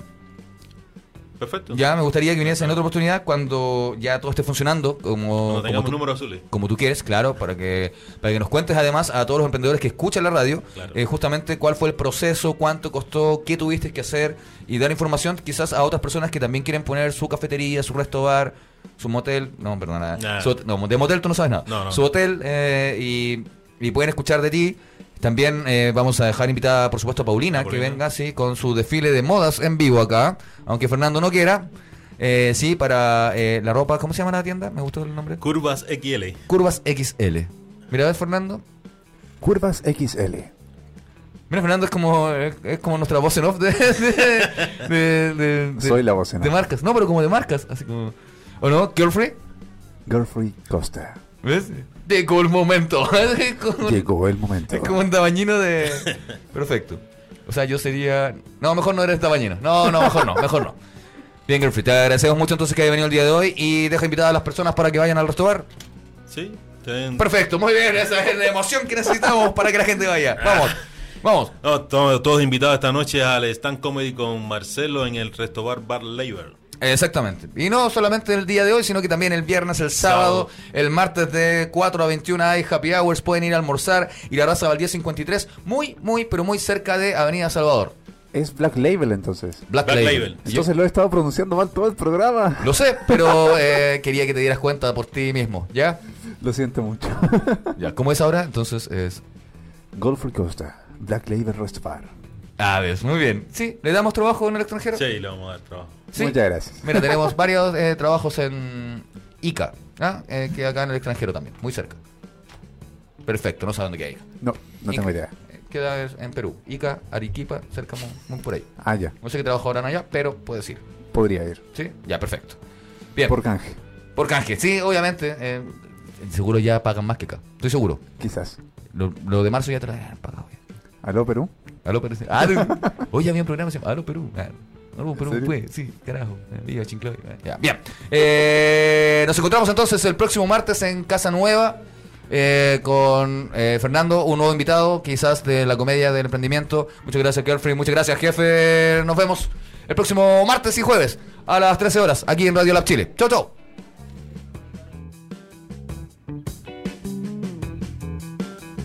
perfecto.
Ya me gustaría que vinieras en otra oportunidad cuando ya todo esté funcionando. Como,
Cuando
como
tengamos
tú,
números azules.
como tú quieres, claro, para que, para que nos cuentes además a todos los emprendedores que escuchan la radio,
Claro.
eh, justamente cuál fue el proceso, cuánto costó, qué tuviste que hacer y dar información quizás a otras personas que también quieren poner su cafetería, su resto bar, su motel, no, perdona,
Nah.
su hot- no, de motel tú no sabes nada,
No, no.
su hotel eh, y, y pueden escuchar de ti. También eh, vamos a dejar invitada, por supuesto, a Paulina,
A
que
Paulina.
venga sí, con su desfile de modas en vivo acá, aunque Fernando no quiera. eh, sí, para eh, la ropa, ¿cómo se llama la tienda? Me gustó el nombre.
Curvas XL.
Curvas XL. Mira, ¿ves, Fernando?
Curvas XL.
Mira, Fernando es como, es, es como nuestra voz en off de, de- de- de- de-
Soy la voz en
de
off.
marcas. No, pero como de marcas. Así como. ¿O no? Girlfriend.
Girlfrey Costa.
¿Ves? Llegó el momento. Es como-
Llegó el momento.
Es como un tabañino de. Perfecto. O sea, yo sería. No, mejor no eres tabañino. No, no, mejor no, mejor no. Bien, Girlfriend, te agradecemos mucho entonces que hayas venido el día de hoy y deja invitadas a las personas para que vayan al restaurar.
Sí. ten-
Perfecto, muy bien, esa es la emoción que necesitamos para que la gente vaya. Vamos, vamos.
No, to- Oh, todos invitados esta noche al Stand Comedy con Marcelo en el Restobar Bar Labor.
Exactamente. Y no solamente el día de hoy, sino que también el viernes, el sábado,
Sábado.
el martes de 4 a 21 hay happy hours, pueden ir a almorzar, ir a Raza Valdía 53, muy, muy, pero muy cerca de Avenida Salvador.
Es Black Label entonces.
Black,
Black
Label.
Label.
Yo-
Entonces lo he estado pronunciando mal todo el programa.
lo sé, pero eh, quería que te dieras cuenta por ti mismo, ¿ya?
Lo siento mucho.
Ya, ¿cómo es ahora? Entonces es...
Golfrey Costa. Black Label Restobar.
Ah, ves, muy bien. Sí, ¿le damos trabajo en el extranjero?
Sí, le vamos a dar trabajo.
Sí.
Muchas gracias.
Mira, tenemos varios eh, trabajos en Ica, ¿ah? Eh, que acá en el extranjero también, muy cerca. Perfecto, no saben dónde queda Ica.
No, no tengo
Ica.
idea.
Eh, Queda es- en Perú, Ica, Arequipa, cerca muy, muy por ahí.
Ah, ya.
No sé qué trabajo harán allá, pero puedes ir.
Podría ir.
¿Sí? Ya, perfecto. Bien,
Por
por,
canje.
canje, sí, obviamente. eh, seguro ya pagan más que acá, estoy seguro.
Quizás.
Lo, lo de marzo ya te lo han pagado. ya.
¿Aló, Perú?
Aló Perú. sí. Ah, de- Oye, había un programa que se llama Aló Perú. Ah, Aló Perú,
serio?
pues, sí, carajo. Ah, Viva Chincloy. Ah, ya, Bien. Eh, nos encontramos entonces el próximo martes en Casa Nueva eh, con eh, Fernando, un nuevo invitado, quizás de la comedia del emprendimiento. Muchas gracias, Girlfriend. Muchas gracias, jefe. Nos vemos el próximo martes y jueves a las 13 horas aquí en Radio Lab Chile. Chau, chau.